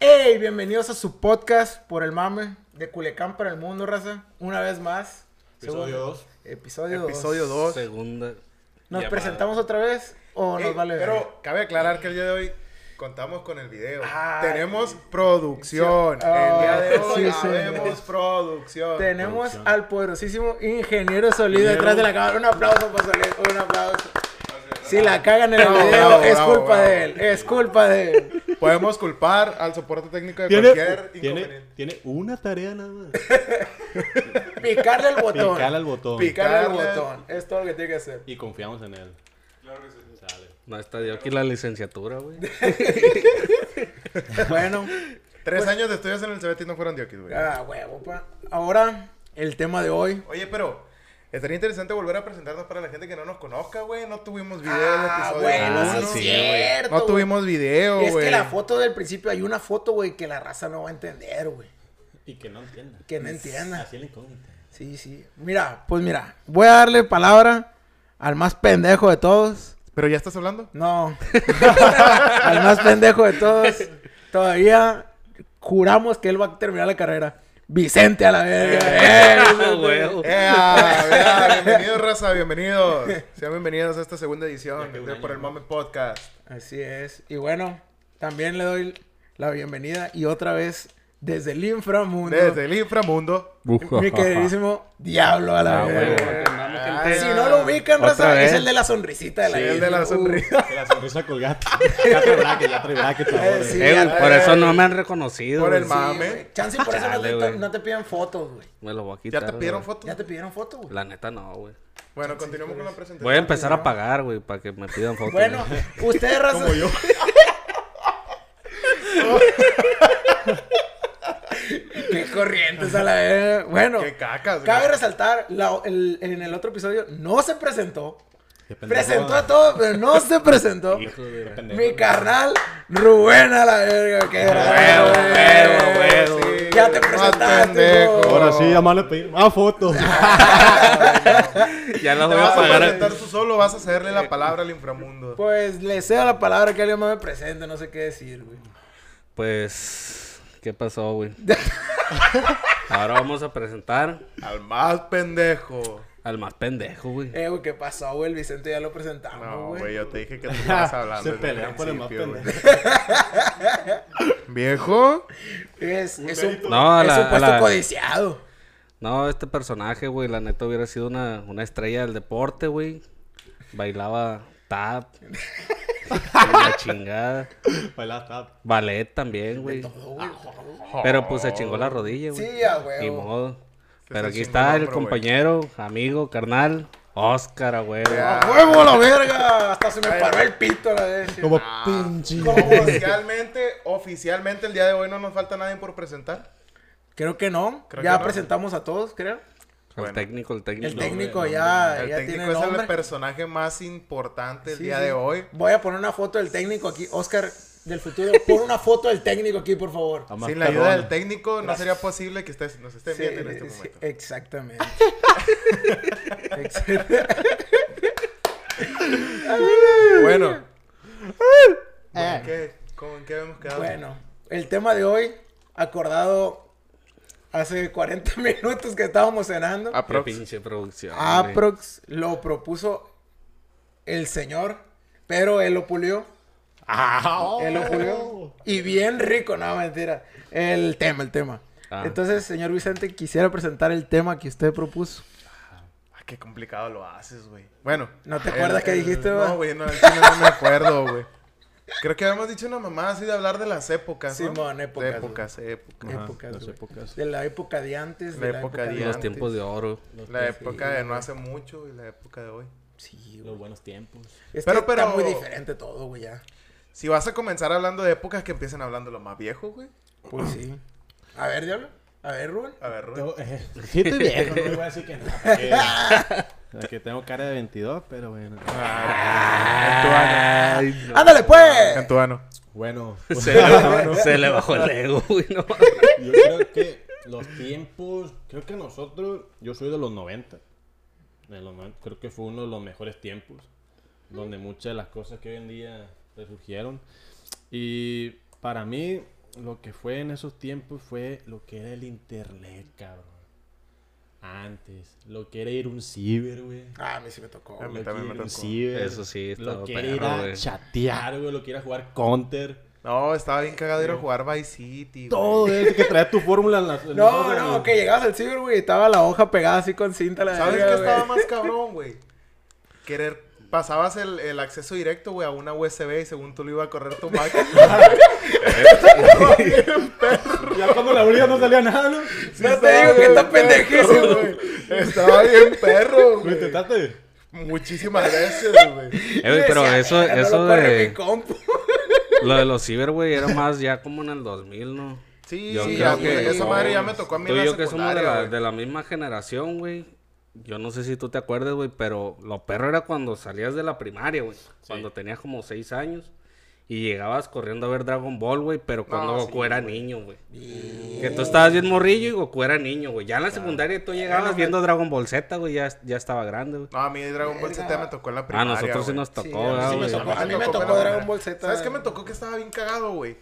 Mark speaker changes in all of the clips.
Speaker 1: Hey, bienvenidos a su podcast por el mame de Culecán para el mundo, raza. Una vez más.
Speaker 2: Episodio
Speaker 1: Segundo-
Speaker 2: 2.
Speaker 1: Episodio 2.
Speaker 3: Episodio 2.
Speaker 4: Segunda.
Speaker 1: ¿Nos
Speaker 4: llamada.
Speaker 1: presentamos otra vez o nos
Speaker 3: Ey,
Speaker 1: vale? verga?
Speaker 3: Pero cabe aclarar que el día de hoy contamos con el video.
Speaker 1: Ah,
Speaker 3: Tenemos producción.
Speaker 1: Ah,
Speaker 3: el día de hoy
Speaker 1: sí, sí.
Speaker 3: tenemos producción.
Speaker 1: tenemos
Speaker 4: producción.
Speaker 1: al poderosísimo ingeniero Solís detrás de la cámara. Un aplauso para Solís, un aplauso. Si
Speaker 2: Ah,
Speaker 1: la cagan en el
Speaker 3: Bravo,
Speaker 1: video,
Speaker 3: bravo,
Speaker 1: es
Speaker 3: bravo,
Speaker 1: culpa
Speaker 3: bravo.
Speaker 1: de él, es culpa de él.
Speaker 3: Podemos culpar al soporte técnico de
Speaker 2: Tiene,
Speaker 3: cualquier
Speaker 2: tiene,
Speaker 3: inconveniente.
Speaker 2: tiene una tarea nada más.
Speaker 1: Picarle el botón.
Speaker 2: Picarle al botón.
Speaker 3: Pic-
Speaker 1: Picarle al
Speaker 3: Picarle.
Speaker 1: botón. Es todo lo que tiene que hacer.
Speaker 2: Y confiamos en él. Sale.
Speaker 4: No, está de aquí la licenciatura, güey.
Speaker 1: Bueno,
Speaker 3: Tres
Speaker 2: pues-
Speaker 3: años de estudios en el CBT no fueron de aquí, güey.
Speaker 1: ah, huevo, pa. Ahora, el tema de hoy.
Speaker 3: Oye, pero estaría interesante volver a presentarnos para la gente que no nos conozca, güey. No tuvimos video del
Speaker 1: Ah,
Speaker 3: episodio
Speaker 1: güey,
Speaker 4: bueno,
Speaker 1: no
Speaker 3: uno.
Speaker 1: es
Speaker 4: sí,
Speaker 1: cierto.
Speaker 3: No
Speaker 1: güey.
Speaker 3: tuvimos video,
Speaker 1: Es
Speaker 3: güey.
Speaker 1: que la foto del principio, hay una foto, güey, que la raza no va a entender, güey.
Speaker 2: Y que no entienda.
Speaker 1: Que no entienda.
Speaker 2: Así es la incógnita.
Speaker 1: Sí, sí. Mira, pues mira, voy a darle palabra al más pendejo de todos.
Speaker 3: Pero ya estás hablando.
Speaker 1: No. al más pendejo de todos. Todavía juramos que él va a terminar la carrera. Vicente a la verga. Eh.
Speaker 4: Ah, huevo.
Speaker 3: ¡Ea! ea, bienvenidos, raza, bienvenidos. Sean bienvenidos a esta segunda edición
Speaker 2: Ya que un
Speaker 3: de
Speaker 2: año,
Speaker 3: Por el
Speaker 2: ¿no?
Speaker 3: Mame Podcast.
Speaker 1: Así es. Y bueno, también le doy la bienvenida y otra vez desde el inframundo.
Speaker 3: Desde el inframundo.
Speaker 1: Mi queridísimo Diablo a la
Speaker 4: Ah,
Speaker 1: verga.
Speaker 4: huevo, aquí andamos,
Speaker 3: Ah,
Speaker 4: gente.
Speaker 1: Si no lo ubican,
Speaker 4: ¿Otra
Speaker 1: raza, es
Speaker 4: vez?
Speaker 1: el de la sonrisita de la
Speaker 3: Sí, el
Speaker 1: isla.
Speaker 3: de la
Speaker 1: Uh,
Speaker 3: sonrisa.
Speaker 2: Que la sonrisa colgate. Ya trae bracket, ya trae bracket, por favor.
Speaker 1: Eh, sí.
Speaker 4: Eh, güey,
Speaker 1: ya-
Speaker 4: por eso no me han reconocido.
Speaker 3: Por el
Speaker 4: güey.
Speaker 1: sí,
Speaker 3: mame.
Speaker 1: güey. Chance y por eso no
Speaker 4: Chale,
Speaker 1: te,
Speaker 4: güey.
Speaker 1: no te piden fotos, güey.
Speaker 4: Me lo voy a
Speaker 3: ¿Ya
Speaker 4: quitar.
Speaker 3: te pidieron
Speaker 4: güey.
Speaker 3: fotos?
Speaker 1: Ya te pidieron fotos, güey.
Speaker 4: La neta no, güey.
Speaker 3: Bueno, continuemos con la presentación.
Speaker 4: Voy a empezar a pagar, güey, para que me pidan fotos.
Speaker 1: Bueno,
Speaker 4: güey.
Speaker 1: ustedes, raza.
Speaker 3: Como yo.
Speaker 1: Qué corrientes a la vez. Bueno,
Speaker 3: Qué cacas,
Speaker 1: cabe
Speaker 3: güey.
Speaker 1: resaltar, la- el- en el otro episodio no se presentó.
Speaker 2: Qué pendejo,
Speaker 1: Presentó
Speaker 2: ¿verdad?
Speaker 1: a todos, pero no se presentó.
Speaker 4: Hijo de
Speaker 2: Qué
Speaker 4: la-
Speaker 2: pendejo.
Speaker 1: Mi carnal Rubén a la verga. Qué
Speaker 4: Huevo,
Speaker 1: grave.
Speaker 4: huevo, huevo.
Speaker 3: Sí,
Speaker 1: Ya te
Speaker 3: más
Speaker 1: presentaste,
Speaker 3: pendejo.
Speaker 1: güey.
Speaker 2: Ahora sí, ya más le pedí. Ah, fotos.
Speaker 4: Ya
Speaker 3: Te
Speaker 4: las voy a
Speaker 3: vas a
Speaker 4: pagar.
Speaker 3: presentar tú solo, vas a hacerle la palabra al inframundo.
Speaker 1: Pues le cedo la palabra que alguien más me presente, no sé qué decir, güey.
Speaker 4: Pues, ¿qué pasó, güey? Ahora vamos a presentar
Speaker 3: Al más pendejo.
Speaker 4: al más pendejo, güey.
Speaker 1: Eh, güey, ¿qué pasó, güey? El Vicente ya lo presentamos,
Speaker 3: No,
Speaker 1: güey.
Speaker 3: güey, yo te dije que tú estabas hablando.
Speaker 2: Se
Speaker 3: desde el
Speaker 2: pelean por el más
Speaker 3: principio, güey.
Speaker 2: pendejo.
Speaker 3: Viejo.
Speaker 1: Es, es un,
Speaker 4: No, a
Speaker 1: es
Speaker 4: la-
Speaker 1: un
Speaker 4: a
Speaker 1: puesto
Speaker 4: la-
Speaker 1: codiciado.
Speaker 4: No, este personaje, güey, la neta hubiera sido una, una estrella del deporte, güey. Bailaba tap. la chingada.
Speaker 2: Baila tap.
Speaker 4: Ballet también, güey.
Speaker 1: No, güey.
Speaker 4: Pero pues se chingó la rodilla, güey.
Speaker 1: Sí, a huevo.
Speaker 4: Ni modo.
Speaker 3: Ah. Se
Speaker 4: Pero
Speaker 3: se
Speaker 4: aquí
Speaker 3: chingó
Speaker 4: está
Speaker 3: el
Speaker 4: el
Speaker 3: hombro, güey.
Speaker 4: compañero, amigo, carnal, Oscar, a huevo.
Speaker 3: Ya.
Speaker 1: ¡A huevo la verga! Hasta se me paró el pito a la vez.
Speaker 2: Como
Speaker 3: Ah,
Speaker 2: pinche.
Speaker 3: Oficialmente, oficialmente el día de hoy no nos falta nadie por presentar.
Speaker 1: Creo que no.
Speaker 3: Creo
Speaker 1: ya
Speaker 3: que no.
Speaker 1: presentamos a todos, creo.
Speaker 4: El
Speaker 3: Bueno.
Speaker 4: técnico, el técnico.
Speaker 1: El técnico ya,
Speaker 3: El
Speaker 1: ya
Speaker 3: técnico
Speaker 1: tiene
Speaker 3: es
Speaker 1: nombre.
Speaker 3: el personaje más importante el
Speaker 1: Sí,
Speaker 3: día
Speaker 1: sí.
Speaker 3: de hoy.
Speaker 1: Voy a poner una foto del técnico aquí. Oscar del futuro, pon una foto del técnico aquí, por favor.
Speaker 3: Sin la ayuda del técnico no sería posible que estés, nos estén
Speaker 1: Sí,
Speaker 3: viendo en este
Speaker 1: sí,
Speaker 3: momento.
Speaker 1: exactamente. Exact-
Speaker 3: Bueno. ¿Con qué, ¿Con qué hemos quedado?
Speaker 1: Ah. Bueno, el tema de hoy, acordado hace 40 minutos que estábamos cenando,
Speaker 4: Qué
Speaker 3: Aprox.
Speaker 4: pinche producción.
Speaker 1: Ah,
Speaker 4: güey.
Speaker 1: Aprox lo propuso el señor, pero él lo pulió. Él lo pulió. Y bien rico, no, mentira. El tema, el tema.
Speaker 4: Ah.
Speaker 1: Entonces, señor Vicente, quisiera presentar el tema que usted propuso.
Speaker 3: Ah, qué complicado lo haces, güey. Bueno.
Speaker 1: ¿No te acuerdas que dijiste, va?
Speaker 3: No, güey, no, al chile no me acuerdo, güey. Creo que habíamos dicho una mamá así de hablar de las épocas, ¿no?
Speaker 1: Simón, épocas,
Speaker 3: De épocas, épocas.
Speaker 1: Épocas,
Speaker 2: las
Speaker 1: güey.
Speaker 2: épocas.
Speaker 1: De la época de antes, de la época, de
Speaker 4: Los
Speaker 3: antes.
Speaker 4: tiempos de oro.
Speaker 3: La época de no hace mucho y la época de hoy.
Speaker 1: Sí, güey.
Speaker 2: Los buenos tiempos.
Speaker 1: Es
Speaker 3: Pero-
Speaker 1: que
Speaker 3: pero-
Speaker 1: está muy diferente todo, güey, ya.
Speaker 3: Si vas a comenzar hablando de épocas, que empiecen hablando lo más viejo, güey.
Speaker 1: Pues sí. A ver, diablo. A ver, Rubén.
Speaker 3: A ver, Rubén.
Speaker 2: Tengo- eh, Sí, estoy viejo, no le voy a decir que no. Eh, o sea, que tengo cara de 22, pero bueno.
Speaker 1: Ah,
Speaker 4: Ay, no.
Speaker 1: ¡Ándale, pues!
Speaker 3: Cantuano.
Speaker 2: Bueno,
Speaker 4: Se le, se le bajó el ego, güey. No.
Speaker 2: yo creo que los tiempos, creo que nosotros, yo soy de los 90. De los 90, creo que fue uno de los mejores tiempos, donde muchas de las cosas que hoy en día resurgieron. Y para mí, lo que fue en esos tiempos fue lo que era el internet, cabrón. Antes, lo que era ir a un ciber, güey.
Speaker 1: Ah, a mí sí me tocó.
Speaker 3: A mí
Speaker 1: güey.
Speaker 2: Lo que
Speaker 3: también
Speaker 2: era
Speaker 3: me
Speaker 2: ir a un
Speaker 3: tocó.
Speaker 2: ciber.
Speaker 4: Eso sí,
Speaker 2: Lo
Speaker 4: estaba
Speaker 2: que
Speaker 4: perro,
Speaker 2: era
Speaker 4: güey.
Speaker 2: chatear, güey. Lo que era jugar counter.
Speaker 3: No, estaba bien cagado ir a jugar Vice City, güey.
Speaker 2: Todo eso que traía tu fórmula en las. en las
Speaker 1: No,
Speaker 2: hojas,
Speaker 1: no,
Speaker 2: güey.
Speaker 1: que llegabas al ciber, güey, y estaba la hoja pegada así con cinta. La
Speaker 3: ¿Sabes
Speaker 1: verga,
Speaker 3: qué
Speaker 1: güey.
Speaker 3: estaba más cabrón, güey? Querer... Pasabas el, el acceso directo, güey, a una USB y según tú lo iba a correr tu máquina.
Speaker 2: Ya cuando la abría no salía nada, ¿no?
Speaker 1: No te digo que está pendejísimo, güey.
Speaker 3: Estaba bien perro,
Speaker 2: Lo
Speaker 3: güey.
Speaker 2: intentaste.
Speaker 3: Muchísimas gracias, güey.
Speaker 4: Eh, güey, pero
Speaker 1: Decía,
Speaker 4: eso,
Speaker 1: "Verga, no
Speaker 4: eso
Speaker 1: lo corre mi
Speaker 4: de.
Speaker 1: compu".
Speaker 4: Lo de los ciber, güey, era más ya como en el 2000, ¿no?
Speaker 3: Sí,
Speaker 4: Yo
Speaker 3: sí,
Speaker 4: creo
Speaker 3: ya,
Speaker 4: que
Speaker 3: güey, esa
Speaker 4: no.
Speaker 3: madre ya me tocó a mí
Speaker 4: Tú
Speaker 3: en
Speaker 4: y
Speaker 3: la
Speaker 4: yo que somos de
Speaker 3: secundaria,
Speaker 4: la,
Speaker 3: güey.
Speaker 4: de la misma generación, güey. Yo no sé si tú te acuerdas, güey, pero lo perro era cuando salías de la primaria, güey. Cuando tenías como seis años. Y llegabas corriendo a ver Dragon Ball, güey, pero cuando
Speaker 3: No,
Speaker 4: Goku era niño, güey. Que tú estabas bien morrillo y Goku era niño, güey. Ya en la secundaria tú llegabas viendo Dragon Ball Z, güey, ya, ya estaba grande, güey.
Speaker 3: No, a mí Dragon Ball Z me tocó en la
Speaker 4: Ah,
Speaker 3: primaria,
Speaker 4: nosotros sí
Speaker 3: güey.
Speaker 4: nos
Speaker 1: Sí,
Speaker 4: tocó,
Speaker 1: a mí sí
Speaker 4: ¿verdad,
Speaker 1: me
Speaker 4: güey?
Speaker 1: tocó. A mí me
Speaker 3: en
Speaker 1: tocó
Speaker 3: la
Speaker 1: Dragon
Speaker 3: primaria.
Speaker 1: Ball Z.
Speaker 3: ¿Sabes qué me tocó que estaba bien cagado, güey?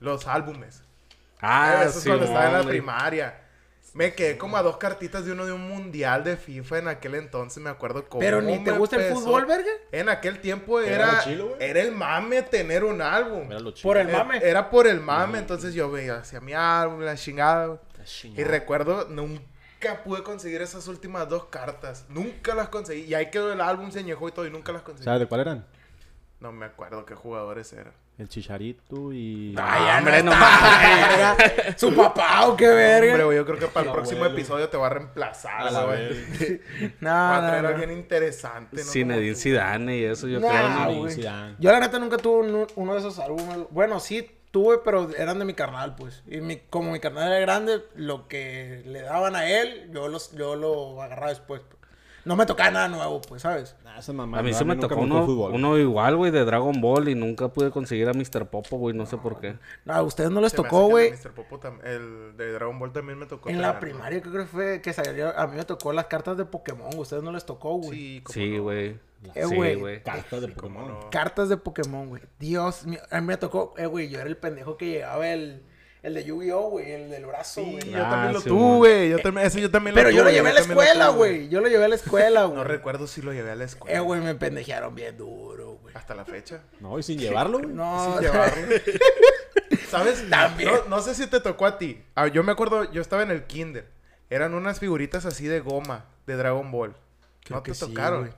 Speaker 3: Los álbumes.
Speaker 4: Ah,
Speaker 3: Eh, Eso es
Speaker 4: sí,
Speaker 3: cuando estaba en la
Speaker 4: güey.
Speaker 3: primaria. Me quedé como a dos cartitas de uno de un mundial de FIFA en aquel entonces, me acuerdo cómo.
Speaker 1: Pero ni te
Speaker 3: me
Speaker 1: gusta el
Speaker 3: pesó.
Speaker 1: fútbol, verga.
Speaker 3: En aquel tiempo
Speaker 2: Era
Speaker 3: era,
Speaker 2: lo chilo, güey.
Speaker 3: era el mame tener un álbum.
Speaker 2: Era lo chido.
Speaker 1: Por el
Speaker 3: Era-
Speaker 1: mame.
Speaker 3: Era por el mame, entonces yo veía hacia mi álbum, la chingada. güey.
Speaker 2: La chingada.
Speaker 3: Y recuerdo, nunca pude conseguir esas últimas dos cartas. Nunca las conseguí. Y ahí quedó el álbum, se añejó y todo, y nunca las conseguí.
Speaker 2: ¿Sabes de cuál eran?
Speaker 3: No me acuerdo qué jugadores eran.
Speaker 2: El chicharito y.
Speaker 1: Ay, hombre, no mames. Su papá o qué
Speaker 3: Hombre,
Speaker 1: verga.
Speaker 3: güey, yo creo que para el
Speaker 2: Qué
Speaker 3: próximo
Speaker 2: abuelo.
Speaker 3: episodio te va a reemplazar,
Speaker 2: A la
Speaker 3: güey.
Speaker 2: vez.
Speaker 3: Va
Speaker 1: Ah, No,
Speaker 3: a traer
Speaker 1: no,
Speaker 3: a
Speaker 1: no.
Speaker 3: alguien interesante, ¿no?
Speaker 4: Zinedine
Speaker 3: Como tú.
Speaker 4: Zidane y eso, yo
Speaker 1: Nah,
Speaker 4: creo,
Speaker 1: Ah,
Speaker 4: ¿no?
Speaker 1: güey.
Speaker 2: Zidane.
Speaker 1: Yo la neta nunca tuve un- uno de esos álbumes. Bueno, sí tuve, pero eran de mi carnal, pues. Y mi- como mi carnal era grande, lo que le daban a él, yo, los, yo lo agarraba después. pues. No me tocaba nada nuevo, pues, ¿sabes?
Speaker 2: Nah, Ah, esa mamá,
Speaker 4: A mí
Speaker 2: no,
Speaker 4: se me
Speaker 2: nunca
Speaker 4: tocó
Speaker 2: me
Speaker 4: uno,
Speaker 2: fútbol.
Speaker 4: uno igual, güey, de Dragon Ball y nunca pude conseguir a Mr. Popo, güey, no sé por qué.
Speaker 1: No, a ustedes no les
Speaker 3: Se me hace
Speaker 1: tocó,
Speaker 3: que el
Speaker 1: güey.
Speaker 3: de Mr. Popo tam- El de Dragon Ball también me tocó.
Speaker 1: En la
Speaker 3: tenerlo.
Speaker 1: primaria creo que fue que salió, a mí me tocó las cartas de Pokémon, a ustedes no les tocó, güey.
Speaker 3: Sí, como
Speaker 4: Sí, güey.
Speaker 1: Eh,
Speaker 4: Sí,
Speaker 1: güey.
Speaker 4: güey.
Speaker 2: Cartas de Pokémon.
Speaker 3: no.
Speaker 1: Cartas de Pokémon, güey. Dios mío, a mí me tocó, eh, güey, yo era el pendejo que llegaba el, el de Yu-Gi-Oh, güey, el del brazo,
Speaker 3: Sí,
Speaker 1: güey.
Speaker 3: yo
Speaker 4: Ah,
Speaker 3: también lo
Speaker 4: sí,
Speaker 3: tuve. Yo también, ese yo también
Speaker 1: Pero yo lo
Speaker 3: tuve,
Speaker 1: llevé a la
Speaker 3: también lo
Speaker 1: escuela,
Speaker 3: tuve.
Speaker 1: güey. Yo lo llevé a la escuela, güey.
Speaker 3: No recuerdo si lo llevé a la escuela.
Speaker 1: Eh, güey, me pendejearon bien duro, güey.
Speaker 3: Hasta la fecha.
Speaker 2: No, y sin llevarlo, güey.
Speaker 1: No,
Speaker 3: Sin llevarlo. ¿Sabes?
Speaker 1: También.
Speaker 3: No, no sé si te tocó a ti. Ah, yo me acuerdo, yo estaba en el kinder. Eran unas figuritas así de goma de Dragon Ball.
Speaker 1: Creo
Speaker 3: no te
Speaker 1: que sí,
Speaker 3: tocaron.
Speaker 1: güey.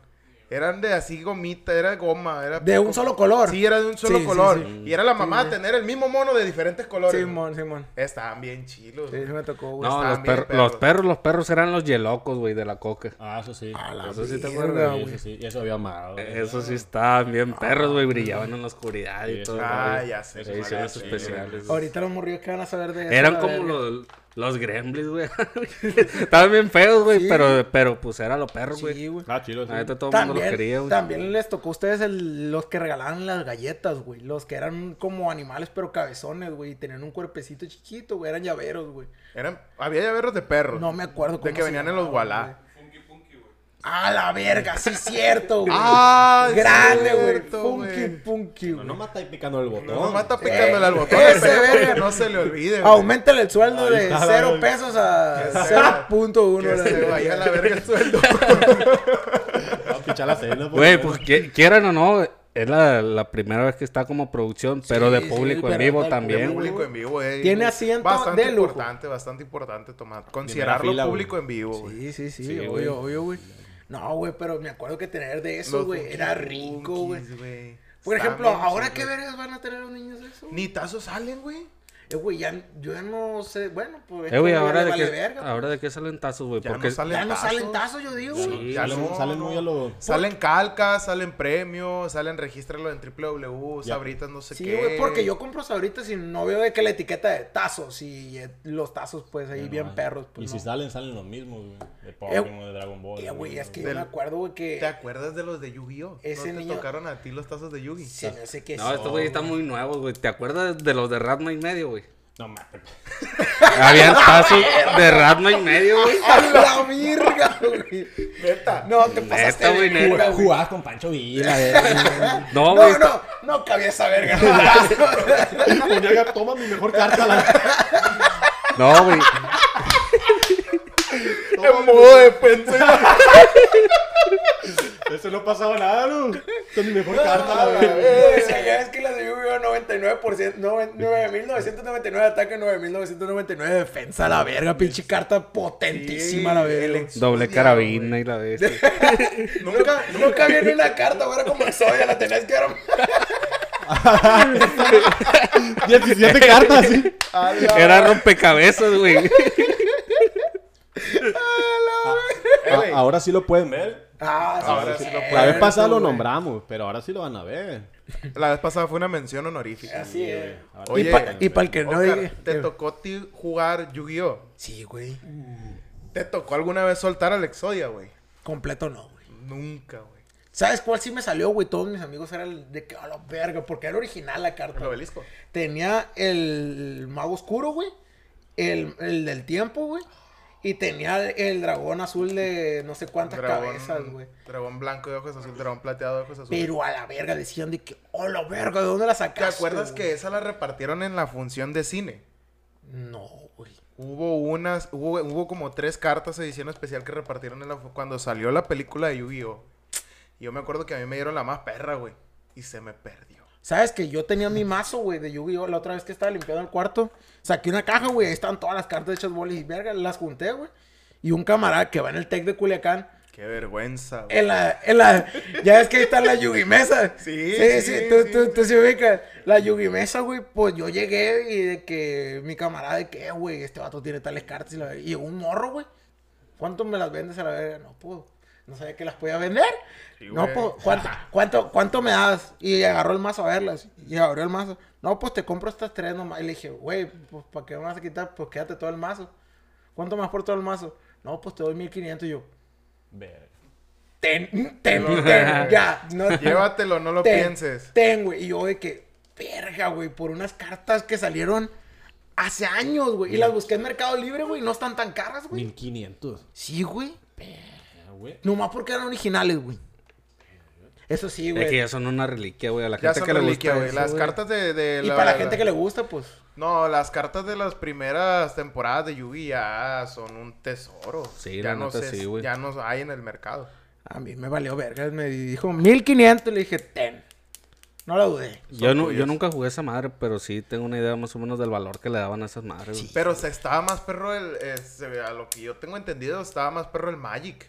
Speaker 3: eran de así gomita, era goma, era
Speaker 1: De un solo color.
Speaker 3: Sí, era de un solo
Speaker 1: Sí, sí,
Speaker 3: color.
Speaker 1: sí.
Speaker 3: Y era la mamá tener el mismo mono de diferentes colores.
Speaker 1: Simón, Simón.
Speaker 3: Estaban bien chilos.
Speaker 1: Sí,
Speaker 3: güey.
Speaker 1: sí me tocó, güey.
Speaker 4: No,
Speaker 3: estaban
Speaker 4: los,
Speaker 3: bien
Speaker 4: perros-
Speaker 3: perros.
Speaker 4: los perros, los perros eran los yelocos, güey, de la coca.
Speaker 2: Ah, eso sí.
Speaker 4: Eso sí te
Speaker 1: verga,
Speaker 2: Sí,
Speaker 4: acuerdas,
Speaker 1: güey.
Speaker 4: güey.
Speaker 2: eso sí. Y eso había amado. güey.
Speaker 4: Eso Eh, sí estaban bien perros, güey, brillaban en la oscuridad
Speaker 2: Sí,
Speaker 4: y
Speaker 2: eso
Speaker 4: todo.
Speaker 3: Ah,
Speaker 4: güey.
Speaker 3: ya sé,
Speaker 4: Ediciones
Speaker 3: sí,
Speaker 4: especiales.
Speaker 1: Ahorita los morrillos que van a saber de eso.
Speaker 4: Eran
Speaker 1: la
Speaker 4: como
Speaker 1: verga.
Speaker 4: los, los gremlins, güey. Estaban bien feos, güey, pero, pero pues era los perros, güey.
Speaker 1: Sí, güey.
Speaker 2: Ah, chilo, sí.
Speaker 4: La neta todo el mundo los
Speaker 1: También,
Speaker 4: quería, güey.
Speaker 1: también les tocó a ustedes el- los que regalaban las galletas, güey. Los que eran como animales, pero cabezones, güey. Y tenían un cuerpecito chiquito, güey. Eran llaveros, güey.
Speaker 3: Eran, había llaveros de perros.
Speaker 1: No me acuerdo cómo
Speaker 3: De que
Speaker 1: se
Speaker 3: venían en los
Speaker 1: llamaban,
Speaker 3: Walá.
Speaker 1: ¡A la verga! Sí, cierto, güey.
Speaker 3: Ah,
Speaker 1: Grande, güey.
Speaker 3: cierto,
Speaker 1: Punky,
Speaker 3: güey.
Speaker 1: punky,
Speaker 2: No,
Speaker 1: güey.
Speaker 2: no mata y picando el botón.
Speaker 3: No, nomás está picándole al botón.
Speaker 1: Eh, ese
Speaker 3: pero
Speaker 1: verga.
Speaker 3: No se le olvide. güey.
Speaker 1: Aumentale el sueldo
Speaker 2: Ahí
Speaker 1: de
Speaker 2: está,
Speaker 1: 0
Speaker 2: güey.
Speaker 1: pesos a
Speaker 3: Que se- Que se
Speaker 1: 0.1.
Speaker 3: vaya a la verga el sueldo.
Speaker 2: Va a pichar la cena. por
Speaker 4: Güey,
Speaker 2: favor.
Speaker 4: pues qui- quieran o no, es la, la primera vez que está como producción, pero de
Speaker 1: sí,
Speaker 4: público en
Speaker 1: pero
Speaker 4: vivo
Speaker 1: del
Speaker 4: también, güey.
Speaker 3: público en vivo, güey.
Speaker 1: Tiene asiento
Speaker 3: bastante
Speaker 1: de lujo.
Speaker 3: importante, bastante importante tomar. Considerarlo
Speaker 2: fila, güey.
Speaker 3: público en vivo, güey.
Speaker 1: Sí, sí, sí,
Speaker 4: Sí,
Speaker 1: obvio,
Speaker 4: güey.
Speaker 1: obvio, güey. No, güey, pero me acuerdo que tener de eso,
Speaker 3: Los
Speaker 1: güey, era
Speaker 3: Funky
Speaker 1: rico, güey.
Speaker 3: Monkeys, güey.
Speaker 1: Por
Speaker 3: Está
Speaker 1: ejemplo,
Speaker 3: bien
Speaker 1: ¿ahora
Speaker 3: chido.
Speaker 1: qué vergas van a tener los niños de eso? güey?
Speaker 3: Ni tazos salen, güey.
Speaker 1: Eh, güey, ya, yo ya no sé, bueno, pues...
Speaker 4: Eh, güey,
Speaker 1: esto ya
Speaker 4: ahora,
Speaker 1: le
Speaker 4: de
Speaker 1: vale
Speaker 4: que,
Speaker 1: verga, pues.
Speaker 4: ahora de qué salen tazos, güey.
Speaker 3: Ya
Speaker 4: Porque
Speaker 3: no salen
Speaker 1: Ya no
Speaker 3: tazos.
Speaker 1: salen tazos, yo digo, güey.
Speaker 4: Sí,
Speaker 2: Ya salen- salen muy a lo-
Speaker 3: Salen calcas, salen premios, salen regístralo en www, sabritas, no sé
Speaker 1: Sí,
Speaker 3: qué.
Speaker 1: güey, porque yo compro sabritas y no veo de que la etiqueta de tazos y eh, los tazos, pues, ahí bien
Speaker 2: Ay,
Speaker 1: perros,
Speaker 2: Ah, Y
Speaker 1: pues,
Speaker 2: si
Speaker 1: no.
Speaker 2: salen, salen los mismos, güey. De Pokémon, de Dragon Ball.
Speaker 1: Eh, güey, es que yo
Speaker 3: Del-
Speaker 1: me acuerdo, güey,
Speaker 3: ¿Te
Speaker 1: que...
Speaker 3: acuerdas de los de Yu-Gi-Oh?
Speaker 1: Ese
Speaker 3: ¿No te
Speaker 1: niño-
Speaker 3: tocaron a ti los tazos de Yu-Gi?
Speaker 1: Se me hace que
Speaker 4: este No, estos güeyes están muy nuevos, güey. ¿Te acuerdas de los de Ratma y medio, güey?
Speaker 2: No mames.
Speaker 4: Habían tazos de Ratma y medio, güey.
Speaker 1: ¡A la virga, güey!
Speaker 3: Neta.
Speaker 1: No, te
Speaker 4: Neta,
Speaker 1: pasaste
Speaker 4: güey,
Speaker 1: de cura,
Speaker 4: neta,
Speaker 1: güey.
Speaker 2: Jugabas con Pancho Villa, eh.
Speaker 4: No, güey.
Speaker 1: No,
Speaker 4: está-
Speaker 1: no, no cabía esa verga. no.
Speaker 2: Ponía, toma mi mejor carta. La...
Speaker 4: No, güey.
Speaker 3: En modo defensa.
Speaker 2: Eso no pasaba nada, ¿no? eh. Esta es mi mejor carta, la verga.
Speaker 1: O sea, ya ves que las de lluvia 99%, noven- 9.999 ataque, 9.999 defensa, la verga, pinche carta potentísima, la verga.
Speaker 4: Doble carabina y la este. bestia.
Speaker 1: Nunca, nunca viene una carta, güey, era como el soya, la tenés que armar.
Speaker 2: 17 cartas, sí.
Speaker 4: Era rompecabezas, güey.
Speaker 2: Eh,
Speaker 3: güey.
Speaker 2: ahora sí lo pueden ver.
Speaker 1: Ah, sí,
Speaker 3: Ahora sí
Speaker 2: La
Speaker 3: lo
Speaker 2: vez
Speaker 3: Cierto,
Speaker 2: pasada lo
Speaker 1: güey.
Speaker 2: nombramos, pero ahora sí lo van a ver.
Speaker 3: La vez pasada fue una mención honorífica.
Speaker 1: Así es.
Speaker 2: Ahora
Speaker 1: Y
Speaker 3: Oye,
Speaker 1: para el que no
Speaker 3: Oscar,
Speaker 1: diga-
Speaker 3: ¿te tocó a ti jugar Yu-Gi-Oh?
Speaker 1: Sí, güey.
Speaker 3: ¿Te tocó alguna vez soltar al Exodia, güey?
Speaker 1: Completo no, güey.
Speaker 3: Nunca, güey.
Speaker 1: ¿Sabes cuál sí me salió, güey? Todos mis amigos eran el de que a la verga, porque era original la carta.
Speaker 3: El
Speaker 1: güey.
Speaker 3: obelisco.
Speaker 1: Tenía el mago oscuro, güey. El, el del tiempo, güey. Y tenía el dragón azul de no sé cuántas cabezas, güey.
Speaker 3: Dragón blanco de ojos azul, dragón plateado de ojos azul.
Speaker 1: Pero a la verga decían de que, oh, la verga, ¿de dónde la
Speaker 3: ¿Te
Speaker 1: sacaste?
Speaker 3: acuerdas
Speaker 1: güey?
Speaker 3: que esa la repartieron en la función de cine?
Speaker 1: No, güey.
Speaker 3: Hubo unas, hubo, hubo como tres cartas edición especial que repartieron en la fu- cuando salió la película de Yu-Gi-Oh. Yo me acuerdo que a mí me dieron la más perra, güey. Y se me perdió.
Speaker 1: ¿Sabes que yo tenía mi mazo, güey, de Yu-Gi-Oh! La otra vez que estaba limpiando el cuarto, saqué una caja, güey, ahí estaban todas las cartas hechas bolas y verga, las junté, güey. Y un camarada que va en el Tec de Culiacán,
Speaker 3: Qué vergüenza, güey.
Speaker 1: en la, en la, ya ves que ahí está la Yugi Mesa.
Speaker 3: Sí,
Speaker 1: sí, sí,
Speaker 3: sí,
Speaker 1: tú,
Speaker 3: sí,
Speaker 1: tú,
Speaker 3: sí.
Speaker 1: tú se ubicas. La Yugi Mesa, güey, pues yo llegué y de que mi camarada, de que, "Eh, güey, este vato tiene tales cartas y, la, verga. y llegó un morro, güey. ¿Cuánto me las vendes a la verga? No puedo. No sabía que las podía vender.
Speaker 3: Sí,
Speaker 1: no,
Speaker 3: güey.
Speaker 1: pues, ¿cuánto, cuánto, cuánto me das? Y agarró el mazo a verlas. Y abrió el mazo. No, pues te compro estas tres nomás. Y le dije, güey, pues, ¿para qué me vas a quitar? Pues quédate todo el mazo. ¿Cuánto más por todo el mazo? No, pues te doy 1500 y yo.
Speaker 2: Ver.
Speaker 1: Ten, ten, ten, ya. No,
Speaker 3: Llévatelo, no lo
Speaker 1: ten,
Speaker 3: pienses.
Speaker 1: Ten, güey. Y yo de que, verga, güey, por unas cartas que salieron hace años, güey. Y las busqué en Mercado Libre, güey. No están tan caras, güey.
Speaker 2: 1500.
Speaker 1: Sí, güey.
Speaker 2: Ah, güey.
Speaker 1: Nomás porque eran originales, güey. Eso sí,
Speaker 4: Es que
Speaker 1: güey.
Speaker 4: ya son una reliquia, güey. A la
Speaker 3: Ya
Speaker 4: gente
Speaker 3: son
Speaker 4: que le
Speaker 3: reliquia,
Speaker 4: gusta
Speaker 3: güey.
Speaker 4: eso,
Speaker 3: Las
Speaker 4: güey.
Speaker 3: cartas de, de
Speaker 1: Y para la gente que le gusta, pues.
Speaker 3: No, las cartas de las primeras temporadas de Yugi ya son un tesoro.
Speaker 4: Sí,
Speaker 3: ya
Speaker 4: la neta sí, güey.
Speaker 3: Ya no hay en el mercado.
Speaker 1: A mí me valió verga. Me dijo 1500. Le dije, ten. No la dudé.
Speaker 4: Yo, nu- yo
Speaker 3: tuyas.
Speaker 4: nunca jugué esa madre, pero sí tengo una idea más o menos del valor que le daban a esas madres. güey.
Speaker 3: Pero se estaba más perro el. este, a lo que yo tengo entendido, estaba más perro el Magic.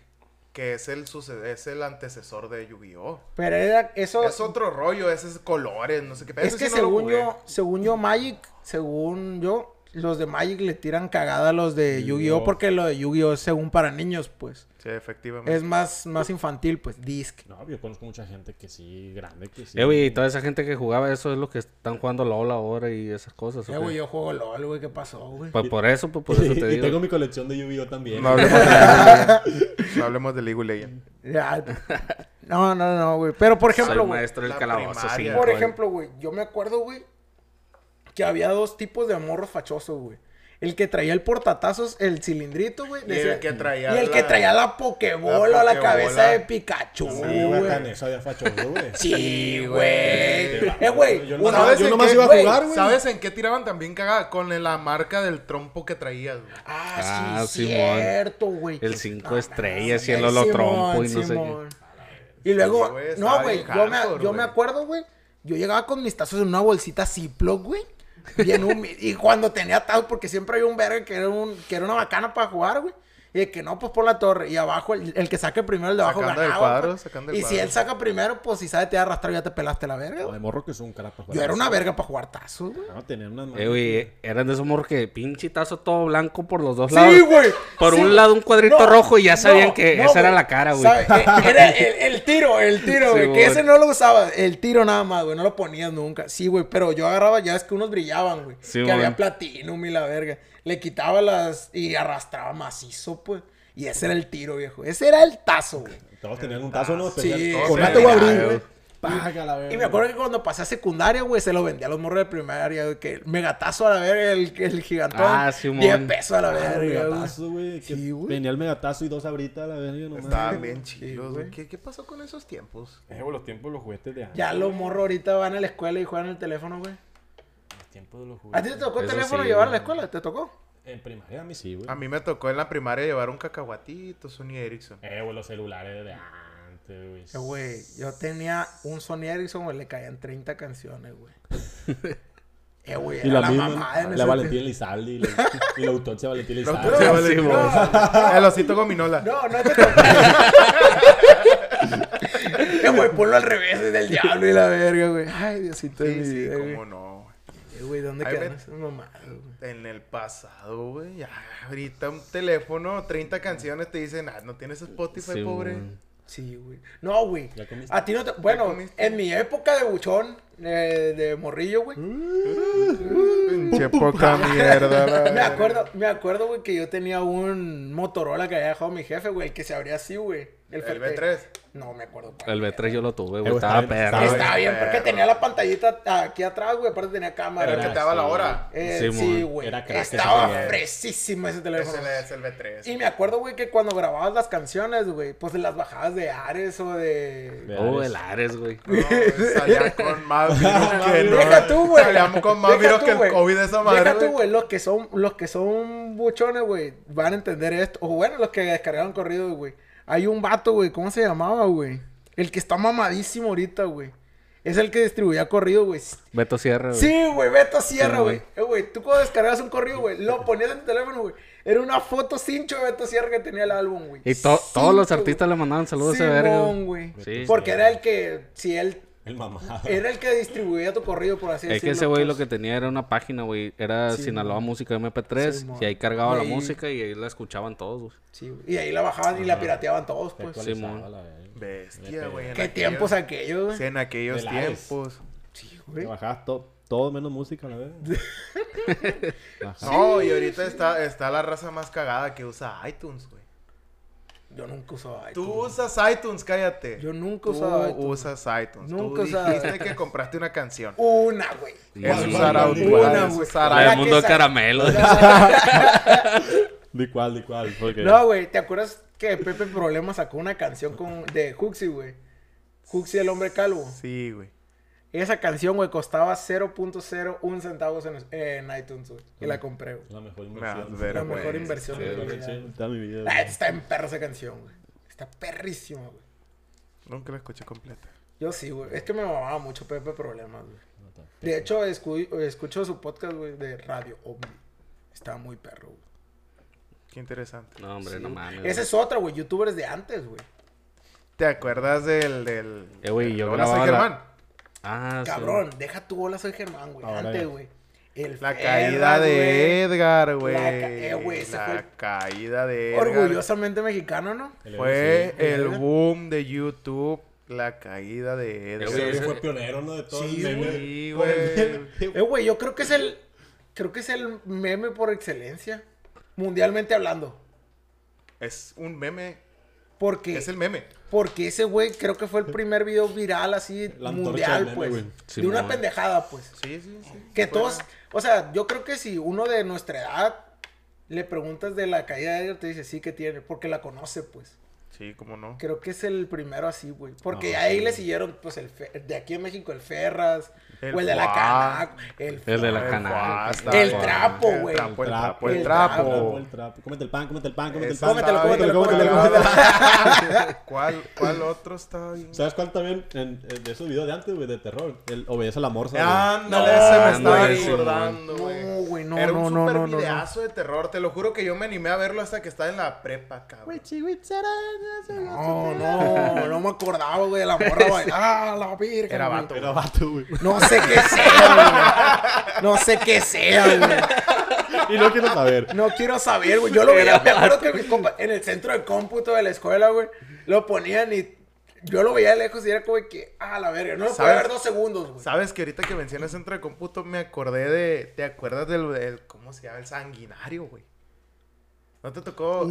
Speaker 3: Que es el suce- es el antecesor de Yu-Gi-Oh!
Speaker 1: Pero era eso.
Speaker 3: Es otro rollo, ese es colores, no sé qué. pero
Speaker 1: Es
Speaker 3: ese
Speaker 1: que
Speaker 3: sí no lo
Speaker 1: según
Speaker 3: jugué.
Speaker 1: yo, según yo, Magic, según yo, los de Magic le tiran cagada a los de Yu-Gi-Oh!
Speaker 2: Yu-Gi-Oh.
Speaker 1: porque lo de Yu-Gi-Oh! es según para niños, pues.
Speaker 3: Sí, efectivamente.
Speaker 1: Es más, más infantil, pues, disc.
Speaker 2: No, yo conozco mucha gente que sí, grande que sí.
Speaker 4: Eh, güey, y toda esa gente que jugaba eso es lo que están jugando LOL ahora y esas cosas. ¿o
Speaker 1: Eh,
Speaker 4: qué?
Speaker 1: güey, yo juego LOL, güey, ¿qué pasó, güey?
Speaker 4: Pues por eso, pues por eso te
Speaker 2: y tengo
Speaker 4: digo.
Speaker 2: mi colección de Yu-Gi-Oh también.
Speaker 3: No hablemos de League of Legends. No hablemos de League of Legends.
Speaker 1: Ya. No, no, no, güey. Pero, por ejemplo,
Speaker 4: Soy
Speaker 1: güey,
Speaker 4: maestro del
Speaker 3: la
Speaker 4: calabozo,
Speaker 3: primaria.
Speaker 4: sí.
Speaker 3: de-
Speaker 1: por ejemplo, güey, yo me acuerdo, güey, que había dos tipos de morros fachosos, güey. El que traía el portatazos, el cilindrito, güey.
Speaker 3: Y el
Speaker 1: decía-
Speaker 3: que traía
Speaker 1: y el que
Speaker 3: la-
Speaker 1: traía la pokebola,
Speaker 3: la
Speaker 1: a la cabeza
Speaker 3: pokebola.
Speaker 1: de Pikachu,
Speaker 2: Sí, güey, tan
Speaker 1: güey.
Speaker 2: eso había fachoso, güey.
Speaker 1: Sí,
Speaker 2: Te
Speaker 1: güey.
Speaker 2: va-
Speaker 1: Eh, güey.
Speaker 2: Yo
Speaker 1: una
Speaker 2: no-
Speaker 1: vez
Speaker 2: yo
Speaker 1: en
Speaker 2: nomás
Speaker 1: que-
Speaker 2: iba a
Speaker 1: güey,
Speaker 2: jugar, güey.
Speaker 3: ¿Sabes en qué tiraban también cagada? Con la marca del trompo que traías, güey.
Speaker 1: Ah,
Speaker 4: Ah,
Speaker 1: sí,
Speaker 4: Simón.
Speaker 1: cierto, güey.
Speaker 4: El cinco estrellas y el
Speaker 1: Simón,
Speaker 4: holotrompo y no sé
Speaker 1: Simón. Y luego,
Speaker 3: güey,
Speaker 1: no,
Speaker 3: estaba
Speaker 1: güey,
Speaker 3: bien
Speaker 1: yo, me,
Speaker 3: hardcore,
Speaker 1: yo me
Speaker 3: güey.
Speaker 1: acuerdo, güey, yo llegaba con mis tazos en una bolsita Ziploc, güey. bien humi- y cuando tenía tazos, porque siempre había un verga que era, un, que era una bacana para jugar, güey. Y de que no, pues por la torre. Y abajo, el, el que saque primero, el de abajo
Speaker 3: Sacando del
Speaker 1: ganaba,
Speaker 3: cuadro,
Speaker 1: güey.
Speaker 3: sacando del
Speaker 1: y si
Speaker 3: cuadro.
Speaker 1: él saca primero, pues si sabe te va a arrastrar, ya te pelaste la verga,
Speaker 2: No,
Speaker 1: güey.
Speaker 2: de morro que es un cara para jugar.
Speaker 1: Yo era
Speaker 3: pues,
Speaker 2: eso.
Speaker 1: una verga para jugar tazos, güey.
Speaker 2: No, tenían unas
Speaker 4: Eh, güey, eran de esos morros que pinche tazo todo blanco por los dos lados.
Speaker 1: Sí, güey.
Speaker 4: Por
Speaker 1: Sí,
Speaker 4: un
Speaker 1: güey.
Speaker 4: lado un cuadrito
Speaker 1: No,
Speaker 4: rojo y ya sabían
Speaker 1: no,
Speaker 4: que
Speaker 1: no,
Speaker 4: esa era
Speaker 1: güey.
Speaker 4: la cara, güey.
Speaker 1: ¿Sabe? Eh, Era el, el tiro, el tiro,
Speaker 4: Sí,
Speaker 1: güey.
Speaker 4: güey.
Speaker 1: que ese no lo usaba. El tiro nada más, güey. No lo ponías nunca. Sí, güey. Pero yo agarraba, ya es que unos brillaban, güey.
Speaker 4: Sí,
Speaker 1: que
Speaker 4: güey.
Speaker 1: había platinum y la verga. Le quitaba las y arrastraba macizo, pues. Y ese era el tiro, viejo. Ese era el tazo, güey.
Speaker 2: Todos tenían un tazo, ¿no?
Speaker 1: Sí,
Speaker 2: Tenían-
Speaker 1: sí,
Speaker 2: Con una
Speaker 1: sí,
Speaker 2: te voy a
Speaker 1: sí,
Speaker 2: abrir,
Speaker 1: sí,
Speaker 2: güey. Paga la verga.
Speaker 1: Y me acuerdo que cuando pasé a secundaria, güey, se lo vendía a los morros de primaria, güey, que el megatazo a la verga, el, el gigantón.
Speaker 4: Ah, sí, mon.
Speaker 1: 10 pesos a la
Speaker 2: Ah,
Speaker 1: verga. güey.
Speaker 2: megatazo, güey. que
Speaker 1: Sí, güey.
Speaker 2: Venía el megatazo y dos ahorita, la verga, no mames.
Speaker 3: Estaban bien chilos,
Speaker 1: güey.
Speaker 3: güey. ¿Qué, ¿Qué pasó con esos tiempos?
Speaker 2: Eh, güey, los tiempos de los juguetes de antes.
Speaker 1: Ya los morros ahorita van a la escuela y juegan el teléfono, güey.
Speaker 2: Los tiempos de los
Speaker 1: ¿A ti te
Speaker 2: juguetes.
Speaker 1: tocó el
Speaker 4: Eso
Speaker 1: teléfono
Speaker 4: sí,
Speaker 1: llevar a la
Speaker 4: güey.
Speaker 1: escuela? ¿Te tocó?
Speaker 2: En primaria a mí sí, güey.
Speaker 3: A mí me tocó en la primaria llevar un cacahuatito, Sony Ericsson.
Speaker 2: Eh, güey, los celulares de antes, güey.
Speaker 1: Eh, Güey, yo tenía un Sony Ericsson, güey, le caían 30 canciones, güey. Eh, güey,
Speaker 2: Y
Speaker 1: era
Speaker 2: la,
Speaker 1: la,
Speaker 2: misma,
Speaker 1: mamada en
Speaker 2: la
Speaker 1: ese
Speaker 2: Valentina Lizaldi y la, y la autopsia Valentina
Speaker 3: Los
Speaker 2: Lizaldi.
Speaker 3: dulces
Speaker 4: sí,
Speaker 3: valen-
Speaker 4: mo.
Speaker 3: pues, No, El osito gominola.
Speaker 1: No, no te tocó. Eh, güey, ponlo al revés es del diablo y la verga, güey. Ay, Diosito de
Speaker 3: Sí,
Speaker 1: mi
Speaker 3: sí,
Speaker 1: vida,
Speaker 3: cómo
Speaker 1: güey.
Speaker 3: no. güey.
Speaker 1: Eh, güey, ¿dónde
Speaker 3: Ahí
Speaker 1: quedaron
Speaker 3: ven.
Speaker 1: esas mamadas, güey?
Speaker 3: En el pasado, güey. ya, Ahorita un teléfono, 30 canciones te dicen, ah, no tienes Spotify,
Speaker 4: Sí,
Speaker 3: pobre.
Speaker 4: güey.
Speaker 1: Sí, güey. No, güey.
Speaker 2: ¿Ya comiste?
Speaker 1: A ti no te... Bueno,
Speaker 3: comiste?
Speaker 1: en mi época de buchón, eh, de morrillo, güey.
Speaker 3: Pinche poca mierda. la
Speaker 1: Me acuerdo, me acuerdo, güey, que yo tenía un Motorola que había dejado mi jefe, güey, el que se abría así, güey.
Speaker 3: El
Speaker 1: Ferte-
Speaker 3: B3.
Speaker 1: No me acuerdo. cuál
Speaker 4: El
Speaker 1: era.
Speaker 4: B3 yo lo tuve,
Speaker 2: Eh,
Speaker 4: güey.
Speaker 2: güey,
Speaker 4: Estaba
Speaker 2: estaba bien-
Speaker 4: perro.
Speaker 3: estaba
Speaker 1: Está bien, porque
Speaker 3: perro.
Speaker 1: tenía la pantallita aquí atrás, güey, aparte tenía cámara.
Speaker 3: Pero que
Speaker 1: güey.
Speaker 3: te daba la hora.
Speaker 1: Eh,
Speaker 4: Sí,
Speaker 1: sí,
Speaker 4: mon.
Speaker 1: güey.
Speaker 2: Era crack ese
Speaker 1: Estaba
Speaker 2: celular.
Speaker 1: fresísimo ese
Speaker 3: Es
Speaker 1: teléfono.
Speaker 3: el, es el B3.
Speaker 1: Y me acuerdo, güey, que cuando grababas las canciones, güey, pues las bajabas de Ares o de...
Speaker 4: Oh, el Ares, güey.
Speaker 3: No, güey, salía con más virus que no.
Speaker 1: Deja tú, güey.
Speaker 3: Salíamos con más
Speaker 1: Deja
Speaker 3: virus
Speaker 1: tú,
Speaker 3: que el
Speaker 1: güey.
Speaker 3: COVID de esa madre.
Speaker 1: Deja tú,
Speaker 3: güey.
Speaker 1: güey. Los que son, los que son buchones, güey, van a entender esto. O bueno, los que descargaron corridos, güey. Hay un vato, güey. ¿Cómo se llamaba, güey? El que está mamadísimo ahorita, güey. Es el que distribuía corrido, güey.
Speaker 4: Beto Sierra, güey.
Speaker 1: Sí, güey, Beto Sierra,
Speaker 4: Sí,
Speaker 1: güey. Eh, güey, tú cuando descargabas un corrido, güey, lo ponías en tu teléfono, güey. Era una foto cincho de Beto Sierra que tenía el álbum, güey.
Speaker 4: Y to- todos los
Speaker 1: Cincho,
Speaker 4: artistas le mandaban
Speaker 1: güey.
Speaker 4: saludos a ese verga.
Speaker 1: Simón,
Speaker 4: güey.
Speaker 1: güey.
Speaker 4: Sí.
Speaker 1: Porque era el que, si él,
Speaker 2: El mamado.
Speaker 1: era el que distribuía tu corrido, por así decirlo.
Speaker 4: Es que ese güey lo
Speaker 1: pues.
Speaker 4: que tenía era una página, güey. Era
Speaker 1: Sí,
Speaker 4: Sinaloa
Speaker 1: mon.
Speaker 4: Música MP3.
Speaker 1: Sí, mon.
Speaker 4: y ahí cargaba
Speaker 1: Y ahí-
Speaker 4: la música y ahí la escuchaban todos, güey.
Speaker 1: Sí, güey. Y ahí la bajaban y la pirateaban todos,
Speaker 2: Te
Speaker 1: pues.
Speaker 4: Sí,
Speaker 2: actualizaba
Speaker 4: mon.
Speaker 2: la verga.
Speaker 3: Bestia, güey. en
Speaker 1: Qué
Speaker 3: aquellos-
Speaker 1: tiempos aquellos, güey.
Speaker 3: Sí, en aquellos
Speaker 2: Del Ares.
Speaker 3: tiempos.
Speaker 1: Sí,
Speaker 2: Te
Speaker 1: güey.
Speaker 2: bajabas to- todo menos música, la verdad.
Speaker 3: No, y ahorita está, está la raza más cagada que usa iTunes, güey.
Speaker 1: Yo nunca usaba
Speaker 3: Tú
Speaker 1: iTunes.
Speaker 3: usas iTunes, cállate.
Speaker 1: Yo nunca
Speaker 3: Tú
Speaker 1: usaba iTunes.
Speaker 3: usas iTunes.
Speaker 1: Nunca
Speaker 3: Tú
Speaker 1: usaba
Speaker 3: dijiste
Speaker 1: iTunes.
Speaker 3: que compraste una canción.
Speaker 1: Una, güey.
Speaker 4: Sí,
Speaker 3: Es
Speaker 4: sí.
Speaker 3: usar
Speaker 2: Una,
Speaker 3: iTunes.
Speaker 1: güey.
Speaker 3: es usar
Speaker 1: La
Speaker 4: La
Speaker 1: que
Speaker 4: del mundo de
Speaker 1: sa-
Speaker 4: caramelo.
Speaker 2: ¿De cuál, de cuál? Porque...
Speaker 1: No, güey. ¿Te acuerdas que Pepe Problema sacó una canción con, de Huxley, güey? Huxley, el hombre calvo.
Speaker 3: Sí, güey.
Speaker 1: Esa canción, güey, costaba 0.01 centavos en, en iTunes, güey. Y
Speaker 4: Mm.
Speaker 1: la compré, güey.
Speaker 2: La mejor
Speaker 3: Me vas a
Speaker 2: inversión.
Speaker 3: ver,
Speaker 1: La
Speaker 3: güey.
Speaker 1: mejor
Speaker 4: pues,
Speaker 1: inversión
Speaker 2: La
Speaker 1: de mi
Speaker 2: mejor
Speaker 1: vida.
Speaker 2: inversión de toda mi vida.
Speaker 1: Ah,
Speaker 2: güey.
Speaker 1: Está en perra esa canción, güey. Está perrísima, güey.
Speaker 3: Nunca la escuché completa.
Speaker 1: Yo sí, güey. Es que me mamaba mucho Pepe Problemas, güey.
Speaker 2: No, está-
Speaker 1: De hecho, escu- escucho su podcast, güey, de Radio Omni. Está muy perro, güey.
Speaker 3: Qué interesante.
Speaker 4: No, hombre, no mames.
Speaker 1: Esa
Speaker 4: güey.
Speaker 1: es otra, güey. Youtubers de antes, güey.
Speaker 3: ¿Te acuerdas del. del
Speaker 4: Eh, güey,
Speaker 3: del
Speaker 4: yo
Speaker 3: Hola, soy
Speaker 4: grababa la-
Speaker 3: Germán?
Speaker 4: Ah, sí.
Speaker 1: Cabrón, deja tu bola, soy Germán, güey.
Speaker 2: Ahora
Speaker 1: antes,
Speaker 2: ya.
Speaker 1: güey. El
Speaker 3: La
Speaker 1: Ferras,
Speaker 3: caída
Speaker 1: güey.
Speaker 3: de Edgar, güey.
Speaker 1: La ca- eh, güey, ese
Speaker 3: La
Speaker 1: fue-
Speaker 3: caída de Edgar.
Speaker 1: Orgullosamente mexicano, ¿no?
Speaker 2: El
Speaker 3: Fue
Speaker 2: Everest,
Speaker 3: el
Speaker 1: Edgar.
Speaker 3: boom de YouTube. La caída de
Speaker 2: sí. Ese
Speaker 3: Edgar.
Speaker 4: güey,
Speaker 2: güey
Speaker 4: ese-
Speaker 2: fue pionero, ¿no? De todos
Speaker 1: Sí,
Speaker 2: los memes.
Speaker 3: Sí, güey.
Speaker 1: Eh, güey, yo creo que es el. Creo que es el meme por excelencia. Mundialmente hablando.
Speaker 3: Es un meme.
Speaker 1: Porque,
Speaker 3: Es el meme.
Speaker 1: porque ese güey creo que fue el primer video viral así
Speaker 2: La antorcha
Speaker 1: mundial,
Speaker 2: del meme,
Speaker 1: pues.
Speaker 2: güey.
Speaker 1: de una
Speaker 4: Simón.
Speaker 1: pendejada, pues.
Speaker 3: Sí, sí, sí.
Speaker 1: Que
Speaker 3: Fue-
Speaker 1: todos, o sea, yo creo que si uno de nuestra edad le preguntas de la caída de Edgar, te dice sí que tiene, porque la conoce, pues.
Speaker 3: Sí, cómo no.
Speaker 1: Creo que es el primero así, güey. Porque
Speaker 2: No,
Speaker 1: ahí
Speaker 2: sí.
Speaker 1: le siguieron, pues, el Fer- de aquí en México, el Ferras,
Speaker 3: El
Speaker 1: o el de la
Speaker 3: Fuá.
Speaker 1: cana, el,
Speaker 4: El de la
Speaker 3: El
Speaker 4: canal.
Speaker 3: Fuasta,
Speaker 1: El trapo, güey.
Speaker 3: El trapo, el trapo,
Speaker 1: El
Speaker 3: el
Speaker 1: trapo.
Speaker 3: trapo.
Speaker 2: El trapo. Cómete el pan, cómete el pan, cómete el
Speaker 3: Esa
Speaker 2: pan.
Speaker 1: Cómetelo,
Speaker 3: andaba
Speaker 1: cómetelo,
Speaker 3: bien.
Speaker 1: cómetelo,
Speaker 3: ¿Cuál, ¿Cuál otro estaba bien?
Speaker 2: ¿Sabes cuál también? En- en- de esos videos de antes, güey, de terror. El obedece a la morsa. güey.
Speaker 3: Ándale,
Speaker 4: No,
Speaker 3: se me estaba
Speaker 4: ándale,
Speaker 3: recordando, güey.
Speaker 1: No, güey, no,
Speaker 3: Era
Speaker 1: no,
Speaker 3: un
Speaker 1: no,
Speaker 3: super
Speaker 1: no, no, no.
Speaker 3: videazo de terror. Te lo juro que yo me animé a verlo hasta que estaba en la prepa, cabrón.
Speaker 1: No, no, no me acordaba, güey, de la morra, güey. Ah, la virgen.
Speaker 3: Era
Speaker 1: güey.
Speaker 3: vato.
Speaker 2: Era vato, güey.
Speaker 1: No sé qué sea, güey. No sé qué sea, güey.
Speaker 2: Y no quiero saber.
Speaker 1: No quiero saber, güey. Yo lo veía, me acuerdo que mis compas, en el centro de cómputo de la escuela, güey, lo ponían y yo lo veía de lejos y era como que, ah, la verga, no lo podía
Speaker 3: ¿Sabes?
Speaker 1: ver dos segundos, güey.
Speaker 3: Sabes que ahorita que mencionas centro de cómputo me acordé de. ¿Te acuerdas del. del- ¿Cómo se llama? El sanguinario, güey. ¿No te tocó?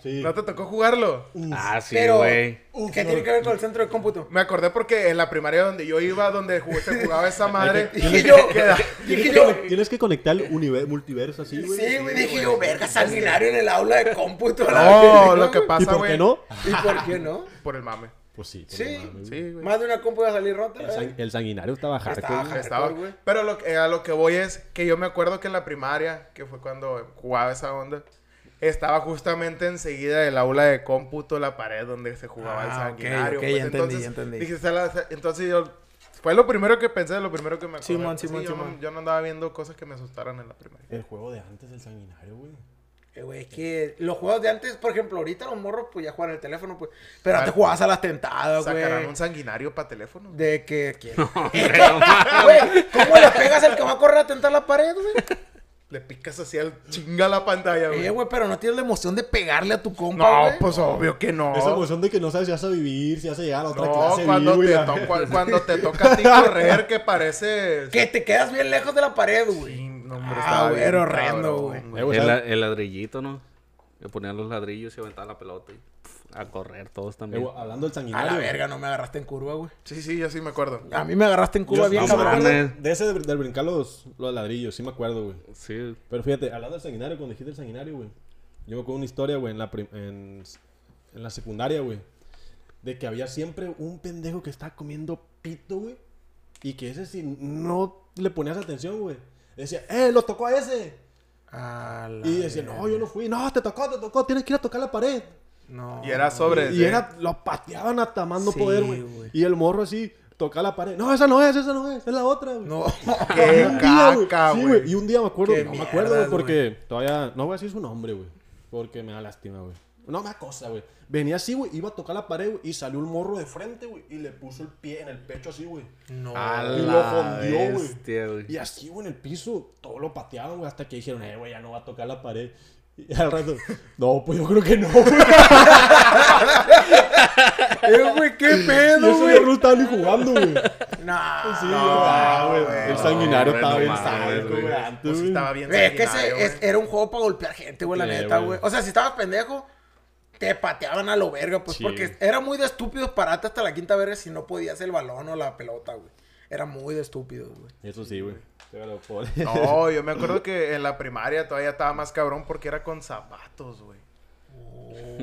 Speaker 2: Sí.
Speaker 3: ¿No te tocó jugarlo?
Speaker 4: Ah, sí,
Speaker 1: Pero,
Speaker 4: güey.
Speaker 1: ¿qué tiene que ver con el centro de cómputo?
Speaker 3: Me acordé porque en la primaria donde yo iba, donde jug- se jugaba esa madre,
Speaker 1: Dije yo,
Speaker 3: queda-
Speaker 1: dije yo,
Speaker 2: Tienes que conectar el univer- multiverso así, güey.
Speaker 1: sí, güey, dije yo, verga, sanguinario en el aula de cómputo. a la
Speaker 3: No,
Speaker 1: verga,
Speaker 3: lo que
Speaker 1: güey.
Speaker 2: ¿Y
Speaker 3: pasa,
Speaker 2: por
Speaker 3: güey.
Speaker 2: qué no?
Speaker 1: ¿Y por qué no?
Speaker 3: Por el mame.
Speaker 2: Pues sí. pero
Speaker 1: Sí,
Speaker 2: mames, güey.
Speaker 3: Sí, güey.
Speaker 1: Más de una compu iba a salir rota.
Speaker 2: El, sang-
Speaker 1: ¿eh?
Speaker 2: el sanguinario estaba hardcore.
Speaker 1: Estaba
Speaker 2: güey.
Speaker 1: hardcore.
Speaker 3: Estaba-
Speaker 1: güey.
Speaker 3: pero lo que- a lo que voy es que yo me acuerdo que en la primaria, que fue cuando jugaba esa onda, estaba justamente enseguida del aula de cómputo la pared donde se jugaba el
Speaker 1: Ah, ok,
Speaker 3: sanguinario.
Speaker 1: ok,
Speaker 3: pues.
Speaker 1: ya entendí,
Speaker 3: entonces,
Speaker 1: ya entendí.
Speaker 3: dije, "Se la- se-". entonces yo... Fue lo primero que pensé, lo primero que me acordé.
Speaker 1: Simón,
Speaker 3: Pues sí,
Speaker 1: Simón,
Speaker 3: yo, no-
Speaker 1: Simón.
Speaker 3: yo no andaba viendo cosas que me asustaran en la primaria.
Speaker 2: El juego de antes del sanguinario, güey.
Speaker 1: Eh, güey, es que los juegos de antes, por ejemplo, ahorita los morros pues ya juegan el teléfono, pues. Pero antes
Speaker 3: Ah,
Speaker 1: jugabas a las tentadas,
Speaker 3: ¿Sacarán
Speaker 1: Ah, güey.
Speaker 3: un sanguinario para teléfono?
Speaker 1: De que. ¿quién? Güey, ¿cómo le pegas al que va a correr a tentar la pared, güey?
Speaker 3: Le picas así al chinga la pantalla, güey.
Speaker 1: Eh, güey, pero no tienes la emoción de pegarle a tu compa,
Speaker 3: No,
Speaker 1: güey.
Speaker 3: pues obvio que no.
Speaker 2: Esa emoción de que no sabes si vas a vivir, si vas a llegar a la pues, otra
Speaker 3: No,
Speaker 2: clase.
Speaker 3: cuando
Speaker 2: vivo y
Speaker 3: te,
Speaker 2: la-
Speaker 3: to- cu- cuando te toca a ti correr, que parece.
Speaker 1: Que te quedas bien lejos de la pared, güey.
Speaker 3: Sí, no, hombre,
Speaker 1: Ah,
Speaker 3: estaba
Speaker 1: güey,
Speaker 3: bien
Speaker 1: era horrendo,
Speaker 3: cabrón,
Speaker 1: güey.
Speaker 2: Eh, güey,
Speaker 4: El,
Speaker 2: ¿sabes?
Speaker 4: la- el ladrillito, ¿no? Le ponían los ladrillos y aventaban la pelota y pf, a correr todos
Speaker 2: Eh,
Speaker 4: también.
Speaker 2: güey, hablando del
Speaker 1: A
Speaker 2: sanguinario.
Speaker 1: la verga, no me agarraste en curva, güey.
Speaker 3: Sí, sí, yo sí me acuerdo.
Speaker 1: A mí me agarraste en curva
Speaker 2: Yo-
Speaker 1: bien
Speaker 2: yo sí me
Speaker 1: cabrón.
Speaker 2: acuerdo
Speaker 4: cabrón, eh.
Speaker 2: De ese del, del brincar los, los ladrillos, sí me acuerdo, güey.
Speaker 4: Sí.
Speaker 2: Pero fíjate, hablando del sanguinario, cuando dijiste el sanguinario, güey. Yo me acuerdo una historia, güey, en la, prim- en, en la secundaria, güey. De que había siempre un pendejo que estaba comiendo pito, güey. Y que ese si no le ponías atención, güey. Decía, ¡eh, lo tocó a ese!
Speaker 1: A la
Speaker 2: Y decía, no, yo no fui. No, te tocó, te tocó. Tienes que ir a tocar la pared.
Speaker 1: No.
Speaker 3: Y era sobre.
Speaker 2: Y era, lo pateaban hasta más no
Speaker 1: Sí,
Speaker 2: poder, güey.
Speaker 1: güey.
Speaker 2: Y el morro así, tocaba la pared. No, esa no es, esa no es, es la otra, güey.
Speaker 1: No.
Speaker 3: Qué
Speaker 2: Un día, güey.
Speaker 3: caca,
Speaker 2: Sí,
Speaker 3: güey.
Speaker 2: Y un día me acuerdo,
Speaker 1: Qué
Speaker 2: no
Speaker 1: mierdas,
Speaker 2: me acuerdo, güey,
Speaker 1: güey.
Speaker 2: porque todavía no voy a decir su nombre, güey. Porque me da lástima, güey. No me da cosa, güey. Venía así, güey, iba a tocar la pared, güey, y salió un morro de frente, güey, y le puso el pie en el pecho así, güey.
Speaker 1: No.
Speaker 4: A
Speaker 2: Y lo
Speaker 4: la
Speaker 2: fondió, güey.
Speaker 4: bestia, güey.
Speaker 2: Y así, güey, en el piso, todo lo pateaban, güey, hasta que dijeron, eh, güey, ya no va a tocar la pared. Y al rato, no, pues yo creo que no, güey.
Speaker 1: Eh, güey, qué
Speaker 2: Y
Speaker 1: pedo,
Speaker 2: ese
Speaker 1: güey.
Speaker 2: morro no estaba ni jugando, güey.
Speaker 1: No.
Speaker 2: Sí, ah, güey. El sanguinario
Speaker 4: no,
Speaker 2: estaba
Speaker 4: no
Speaker 2: bien
Speaker 4: mames,
Speaker 2: sádico,
Speaker 4: güey.
Speaker 2: güey. antes,
Speaker 3: Pues sí
Speaker 2: güey.
Speaker 3: estaba bien.
Speaker 1: Güey, es que
Speaker 3: sanguinario,
Speaker 1: ese, es-
Speaker 3: güey.
Speaker 1: era un juego para golpear gente, güey, la
Speaker 2: Sí,
Speaker 1: neta,
Speaker 2: güey.
Speaker 1: güey. O sea, si estabas pendejo, te pateaban a lo verga, pues,
Speaker 2: Sí.
Speaker 1: porque era muy de estúpidos pararte hasta la quinta verga si no podías el balón o la pelota, güey. Era muy de estúpidos, güey.
Speaker 2: Eso sí, güey. Pero, por-
Speaker 3: No, yo me acuerdo que en la primaria todavía estaba más cabrón porque era con zapatos, güey.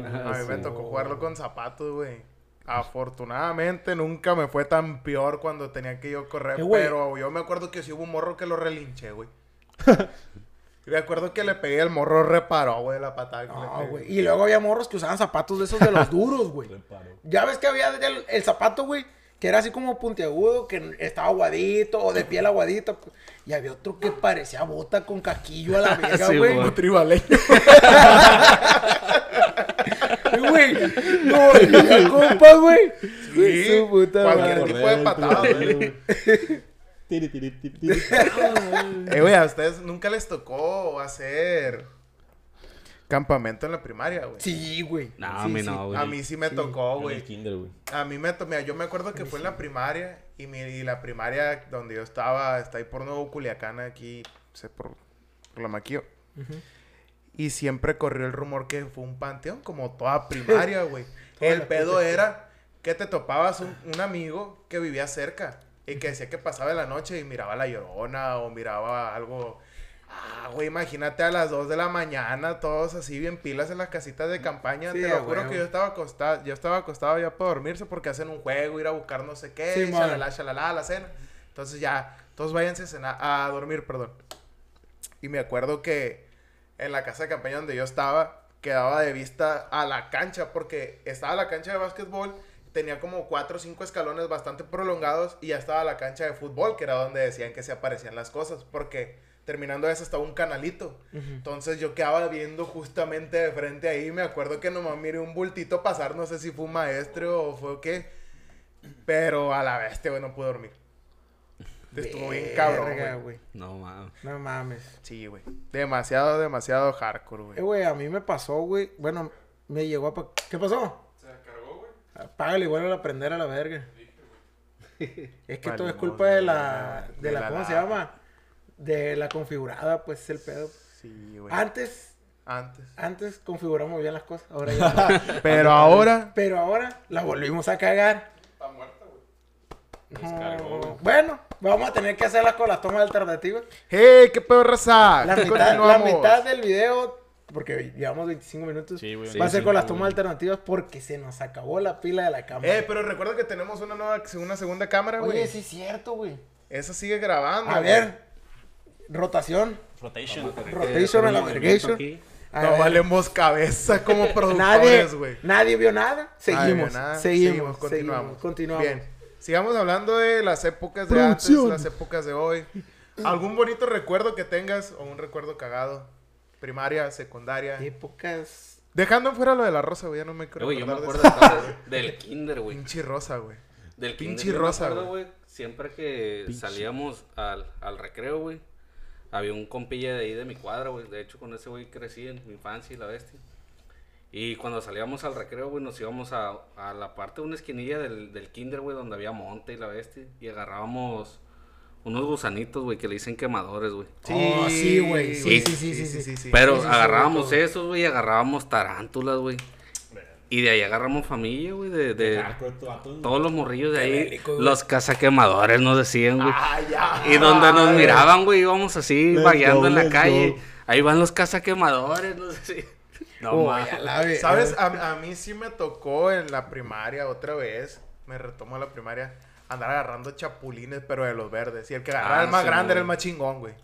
Speaker 3: A mí me tocó jugarlo con zapatos, güey. Afortunadamente nunca me fue tan peor cuando tenía que yo correr,
Speaker 1: Eh, güey.
Speaker 3: pero yo me acuerdo que sí hubo un morro que lo relinché, güey. me acuerdo que le pegué el morro reparó, güey, la patada que le
Speaker 1: No,
Speaker 3: pegué.
Speaker 1: güey. Y luego había morros que usaban zapatos de esos de los duros, güey. Ya ves que había el, el zapato, güey, que era así como puntiagudo, que estaba aguadito o de piel aguadita. pues. Y había otro que parecía bota con caquillo a la verga,
Speaker 4: Sí,
Speaker 1: güey.
Speaker 4: güey.
Speaker 3: tribaleño.
Speaker 1: Güey, no, y compa, güey.
Speaker 3: Sí,
Speaker 1: Su puta
Speaker 3: cualquier
Speaker 1: madre.
Speaker 3: tipo de patada, güey.
Speaker 2: Tiri, tiri, tiri, tiri.
Speaker 3: Eh, güey, a ustedes nunca les tocó hacer campamento en la primaria, güey.
Speaker 1: Sí, güey.
Speaker 4: No, a mí
Speaker 1: Sí, sí.
Speaker 4: no, güey.
Speaker 3: A mí sí me tocó,
Speaker 2: Yo en
Speaker 3: güey.
Speaker 2: el kinder, güey.
Speaker 3: A mí me tomé, yo me acuerdo que fue en la primaria y, mi, y la primaria donde yo estaba, está ahí por Nuevo Culiacán, aquí, sé, por, por la Maquillo. Y siempre corrió el rumor que fue un panteón, como toda primaria, güey. el pedo era que te topabas un, un amigo que vivía cerca y que decía que pasaba la noche y miraba la llorona o miraba algo. Ah, güey, imagínate a las 2 de la mañana, todos así bien pilas en las casitas de campaña.
Speaker 1: Sí,
Speaker 3: te
Speaker 1: a
Speaker 3: lo juro
Speaker 1: huevo.
Speaker 3: que yo estaba acostado, yo estaba acostado ya para dormirse porque hacen un juego, ir a buscar no sé qué,
Speaker 1: Sí,
Speaker 3: y
Speaker 1: man.
Speaker 3: shalala, shalala, la cena. Entonces ya, todos váyanse a cenar- a dormir, perdón. Y me acuerdo que en la casa de campaña donde yo estaba, quedaba de vista a la cancha, porque estaba la cancha de básquetbol, tenía como cuatro o cinco escalones bastante prolongados, y ya estaba la cancha de fútbol, que era donde decían que se aparecían las cosas, porque terminando eso estaba un canalito. Entonces yo quedaba viendo justamente de frente ahí, me acuerdo que nomás miré un bultito pasar, no sé si fue un maestro o fue qué, pero a la bestia, güey, no pude dormir. Estuvo bien cabrón,
Speaker 1: Verga,
Speaker 3: güey.
Speaker 1: güey.
Speaker 4: No, mames.
Speaker 1: No mames.
Speaker 3: Sí, güey. Demasiado, demasiado hardcore, güey.
Speaker 1: Eh, güey, a mí me pasó, güey. Bueno, me llegó a... pa- ¿Qué pasó? Se descargó, güey. Apágale y vuelve a prender a la verga. es que todo
Speaker 3: Vale,
Speaker 1: es culpa
Speaker 3: no,
Speaker 1: de
Speaker 3: de
Speaker 1: la...
Speaker 3: la-
Speaker 1: De la
Speaker 3: de la
Speaker 1: ¿Cómo se
Speaker 3: lap.
Speaker 1: llama? De la configurada, pues, es el pedo.
Speaker 3: Sí, güey.
Speaker 1: Antes,
Speaker 3: Antes.
Speaker 1: Antes configuramos bien las cosas, ahora ya no.
Speaker 3: Pero ahora.
Speaker 1: Pero ahora la volvimos a cagar.
Speaker 3: Está muerta, güey.
Speaker 1: No. Bueno, vamos a tener que hacerlas con las tomas alternativas.
Speaker 3: ¡Hey! ¡Qué pedo raza!
Speaker 1: La mitad, la mitad del video, porque llevamos 25 minutos,
Speaker 5: Sí, güey.
Speaker 1: va a ser con
Speaker 2: 25,
Speaker 1: las tomas
Speaker 2: güey.
Speaker 1: alternativas porque se nos acabó la pila de la cámara.
Speaker 3: Eh, pero recuerda que tenemos una nueva, una segunda cámara, güey.
Speaker 1: Oye, sí es cierto, güey.
Speaker 3: Esa sigue grabando.
Speaker 1: A
Speaker 3: güey.
Speaker 1: ver, rotación.
Speaker 5: Rotation.
Speaker 3: Eh,
Speaker 1: Rotation a la vergation. A
Speaker 3: No
Speaker 1: ver,
Speaker 3: valemos cabeza como
Speaker 1: nadie,
Speaker 3: productores, güey.
Speaker 1: nadie vio nada.
Speaker 3: Nadie vio
Speaker 1: Seguimos,
Speaker 3: nada.
Speaker 1: seguimos,
Speaker 3: Seguimos, continuamos.
Speaker 1: seguimos, continuamos.
Speaker 3: Bien. Sigamos hablando de las épocas de
Speaker 2: Producción.
Speaker 3: antes, las épocas de hoy. ¿Algún bonito recuerdo que tengas o un recuerdo cagado? Primaria, secundaria.
Speaker 1: Épocas.
Speaker 3: Dejando fuera lo de la rosa, güey, ya no me creo.
Speaker 4: Eh, Güey, yo me acuerdo de- del kinder, güey.
Speaker 3: Pinche rosa, güey.
Speaker 4: Del
Speaker 3: Pinche
Speaker 4: kinder, yo me
Speaker 3: rosa,
Speaker 4: acuerdo, güey. Siempre que salíamos al, al recreo, güey, había un compilla de ahí de mi cuadra, güey. De hecho, con ese güey crecí en mi infancia y la bestia. Y cuando salíamos al recreo, güey, nos íbamos a, a la parte de una esquinilla del, del kinder, güey, donde había monte y la bestia. Y agarrábamos unos gusanitos, güey, que le dicen quemadores, güey.
Speaker 1: Oh, sí, güey. Sí, sí, sí, sí, sí.
Speaker 4: Pero
Speaker 3: Sí, sí, sí,
Speaker 4: agarrábamos
Speaker 3: güey,
Speaker 4: esos, güey, y agarrábamos tarántulas, güey. Y de ahí agarramos familia, güey, de, de
Speaker 2: Ah,
Speaker 4: todos los morrillos de ahí.
Speaker 1: bélico, güey.
Speaker 4: Los cazaquemadores nos decían, güey.
Speaker 3: Ah, ya.
Speaker 4: Y donde nos miraban, güey, íbamos así,
Speaker 2: Let's
Speaker 4: bailando
Speaker 2: go,
Speaker 4: en la
Speaker 2: let's
Speaker 4: calle.
Speaker 2: go.
Speaker 4: Ahí van los cazaquemadores, no sé si. No,
Speaker 1: Oh,
Speaker 4: ma.
Speaker 1: a la vez.
Speaker 3: ¿Sabes? A, a mí sí me tocó en la primaria otra vez. Me retomo a la primaria. Andar agarrando chapulines, pero de los verdes. Y el que agarraba
Speaker 4: Ah,
Speaker 3: el más
Speaker 4: sí,
Speaker 3: grande
Speaker 4: güey.
Speaker 3: era el más chingón, güey.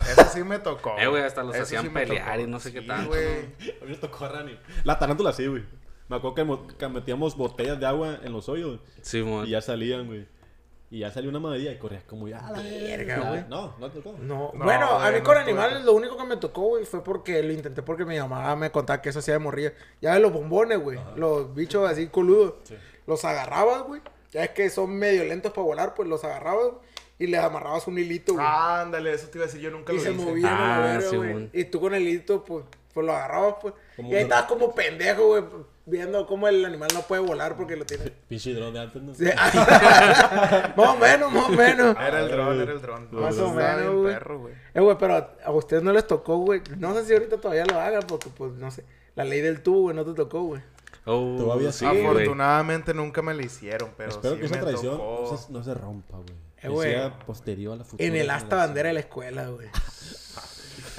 Speaker 3: Eso sí me tocó.
Speaker 4: Eh, güey, hasta los
Speaker 3: Eso
Speaker 4: hacían
Speaker 3: me
Speaker 4: pelear
Speaker 3: tocó.
Speaker 4: y no sé qué
Speaker 3: Sí,
Speaker 4: tanto,
Speaker 3: güey.
Speaker 2: A mí me tocó a Rani. La tarántula sí, güey. Me acuerdo que, mo- que metíamos botellas de agua en los hoyos
Speaker 4: Sí, mo.
Speaker 2: y ya salían, güey. Y ya salió una madería y corrías como ya.
Speaker 1: Verga, güey.
Speaker 2: No, no te tocó.
Speaker 1: No,
Speaker 3: No,
Speaker 1: bueno, a mí
Speaker 3: güey,
Speaker 1: con
Speaker 3: no estuve
Speaker 1: animales
Speaker 3: acá.
Speaker 1: lo único que me tocó, güey, fue porque lo intenté porque mi mamá me contaba que eso hacía de morrilla. Ya ves los bombones, güey, los bichos así coludos. Los agarrabas, güey. Ya es que son medio lentos para volar, pues los agarrabas güey, y les amarrabas un hilito, güey.
Speaker 3: Ándale, eso te iba a decir. Yo nunca
Speaker 1: y
Speaker 3: lo
Speaker 1: se
Speaker 3: Ah, hice.
Speaker 1: movían a la
Speaker 4: Ah,
Speaker 1: verga, güey.
Speaker 4: Simón.
Speaker 1: Y tú con el hilito, pues, pues lo agarrabas, pues.
Speaker 2: Como
Speaker 1: y ahí
Speaker 2: un-
Speaker 1: estabas como pendejo, güey, viendo cómo el animal no puede volar porque lo tiene.
Speaker 2: Pinche dron de antes, ¿no?
Speaker 1: Sí. más o menos, más o menos.
Speaker 3: Era el dron, era el dron.
Speaker 1: Ah, Más o
Speaker 3: Estaba bien
Speaker 1: menos, güey.
Speaker 3: perro, güey.
Speaker 1: Eh, güey, pero a- a ustedes no les tocó, güey. No sé si ahorita todavía lo hagan, porque, pues, no sé. La ley del tubo, güey, no te tocó, güey.
Speaker 4: Oh,
Speaker 2: Todavía sí, güey.
Speaker 3: Afortunadamente nunca me lo hicieron, pero
Speaker 2: Espero
Speaker 3: sí
Speaker 2: que esa
Speaker 3: me
Speaker 2: tradición
Speaker 3: tocó.
Speaker 2: no se, no se rompa, güey. Que
Speaker 1: güey.
Speaker 2: sea posterior a la futura.
Speaker 1: En el asta bandera de la escuela, güey.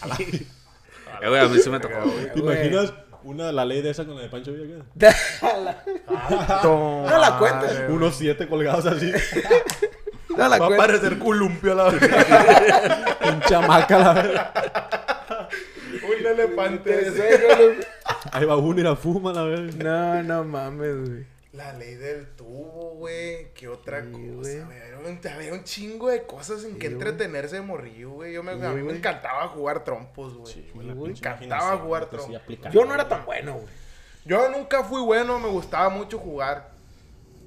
Speaker 4: Eh, güey, a mí sí me tocó, güey.
Speaker 2: ¿Te imaginas una, la ley de esa con la de Pancho Villa?
Speaker 1: Eh,
Speaker 2: acá?
Speaker 1: No la cuentes.
Speaker 3: Madre, güey.
Speaker 2: Unos siete colgados así.
Speaker 1: No la
Speaker 3: Va a
Speaker 1: cuento.
Speaker 3: parecer columpio a la vez.
Speaker 2: Un chamaca, la verga.
Speaker 3: Un elefante.
Speaker 1: Te
Speaker 3: de ese.
Speaker 1: sueño, güey.
Speaker 2: Ahí va uno y la fuma, la verga.
Speaker 1: No, no mames, güey.
Speaker 3: La ley del tubo, güey. ¿Qué otra
Speaker 1: güey.
Speaker 3: cosa? Había un, había un chingo de cosas en que entretenerse de morrillo, güey. Yo me, a mí me
Speaker 1: güey.
Speaker 3: encantaba jugar trompos, güey.
Speaker 2: güey, la
Speaker 1: güey.
Speaker 2: pinche
Speaker 3: Encantaba
Speaker 2: imaginación,
Speaker 3: jugar
Speaker 2: no te
Speaker 3: tron.
Speaker 2: hacía aplicar.
Speaker 1: Yo no era tan bueno, güey.
Speaker 3: Yo nunca fui bueno, me gustaba mucho jugar.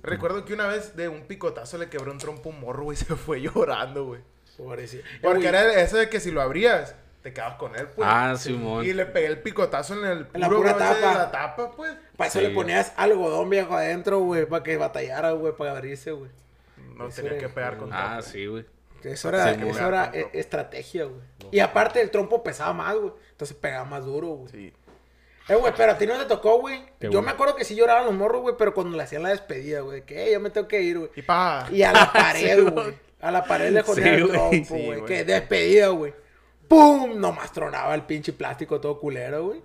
Speaker 3: Recuerdo que una vez de un picotazo le quebré un trompo a un morro, güey, y se fue llorando, güey.
Speaker 1: Pobrecito. Eh,
Speaker 3: Porque
Speaker 1: güey,
Speaker 3: era eso de que si lo abrías, te quedabas con él, pues.
Speaker 4: Ah, Simón.
Speaker 3: Y le pegué el picotazo en el
Speaker 1: En la
Speaker 3: puro
Speaker 1: pura
Speaker 3: borde de
Speaker 1: tapa.
Speaker 3: la tapa, pues.
Speaker 1: Para eso
Speaker 4: Sí,
Speaker 1: le ponías algodón viejo adentro, güey, para que batallara, güey, para abrirse, güey.
Speaker 3: No
Speaker 1: Eso
Speaker 3: tenía
Speaker 1: era-
Speaker 3: que pegar con
Speaker 4: Ah,
Speaker 3: tapa.
Speaker 4: sí, güey.
Speaker 1: Eso era,
Speaker 4: Sí,
Speaker 1: eso
Speaker 3: güey.
Speaker 1: era eh, estrategia, güey. Y aparte el trompo pesaba más, güey. Entonces pegaba más duro, güey.
Speaker 3: Sí.
Speaker 1: Eh, güey, pero a ti no te tocó, güey.
Speaker 2: Qué
Speaker 1: Yo
Speaker 2: bueno.
Speaker 1: me acuerdo que sí lloraban los morros, güey, pero cuando le hacían la despedida, güey, que "Eh, ya me tengo que ir, güey.
Speaker 3: Y pa.
Speaker 1: Y a la pared, güey. a la pared le
Speaker 4: Sí,
Speaker 1: ponían el
Speaker 4: güey.
Speaker 1: trompo,
Speaker 3: Sí,
Speaker 1: güey.
Speaker 3: güey.
Speaker 1: que despedida, güey. ¡Pum! Nomás tronaba el pinche plástico todo culero, güey.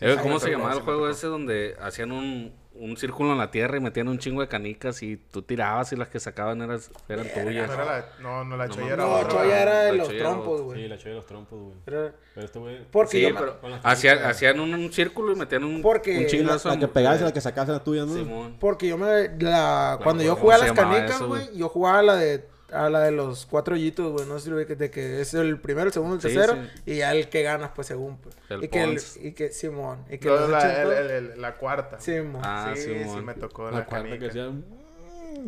Speaker 4: Eh, güey,
Speaker 3: sí,
Speaker 4: ¿Cómo se
Speaker 3: me
Speaker 4: llamaba el
Speaker 3: tocó,
Speaker 4: juego ese donde hacían un, un círculo en la tierra y metían un chingo de canicas y tú tirabas y las que sacaban eran, eran
Speaker 1: Verga,
Speaker 3: No,
Speaker 4: tuyas?
Speaker 3: era la, no, no, la
Speaker 4: No,
Speaker 3: cholla
Speaker 4: mames.
Speaker 3: era
Speaker 1: No,
Speaker 3: otra.
Speaker 1: yo ya era de
Speaker 4: la
Speaker 1: los
Speaker 4: cholla era
Speaker 1: trompos,
Speaker 4: otra.
Speaker 2: Sí,
Speaker 1: güey.
Speaker 2: la chévere de los trompos, güey.
Speaker 1: Era-
Speaker 2: Pero este güey.
Speaker 1: Porque
Speaker 4: Sí,
Speaker 1: yo me-
Speaker 4: pero
Speaker 2: con las
Speaker 4: hacían,
Speaker 2: canicas.
Speaker 4: hacían un, un círculo y metían un,
Speaker 1: Porque
Speaker 4: un
Speaker 1: la-
Speaker 4: chingazo. eh,
Speaker 2: La que pegabas y la que sacabas era tuya, ¿no?
Speaker 4: Simón.
Speaker 1: Porque yo me. La, cuando yo
Speaker 4: ¿cómo
Speaker 1: jugaba a
Speaker 4: se
Speaker 1: las
Speaker 4: llamaba
Speaker 1: canicas,
Speaker 4: eso, güey?
Speaker 1: güey, yo jugaba a la de. A la de los cuatro hoyitos, güey. No sé si lo que, de que es el primero, el segundo, el
Speaker 4: Sí,
Speaker 1: tercero.
Speaker 4: sí.
Speaker 1: Y ya el que ganas, pues según. pues.
Speaker 4: El
Speaker 1: y, que el-
Speaker 4: Pons.
Speaker 1: y que Simón. Y que
Speaker 3: No,
Speaker 1: los
Speaker 3: la,
Speaker 1: ocho-
Speaker 3: el- el- el- la cuarta.
Speaker 1: Simón.
Speaker 4: Ah,
Speaker 3: sí, sí,
Speaker 4: Simón.
Speaker 3: me tocó la,
Speaker 2: La cuarta
Speaker 3: canica.
Speaker 2: que hacían.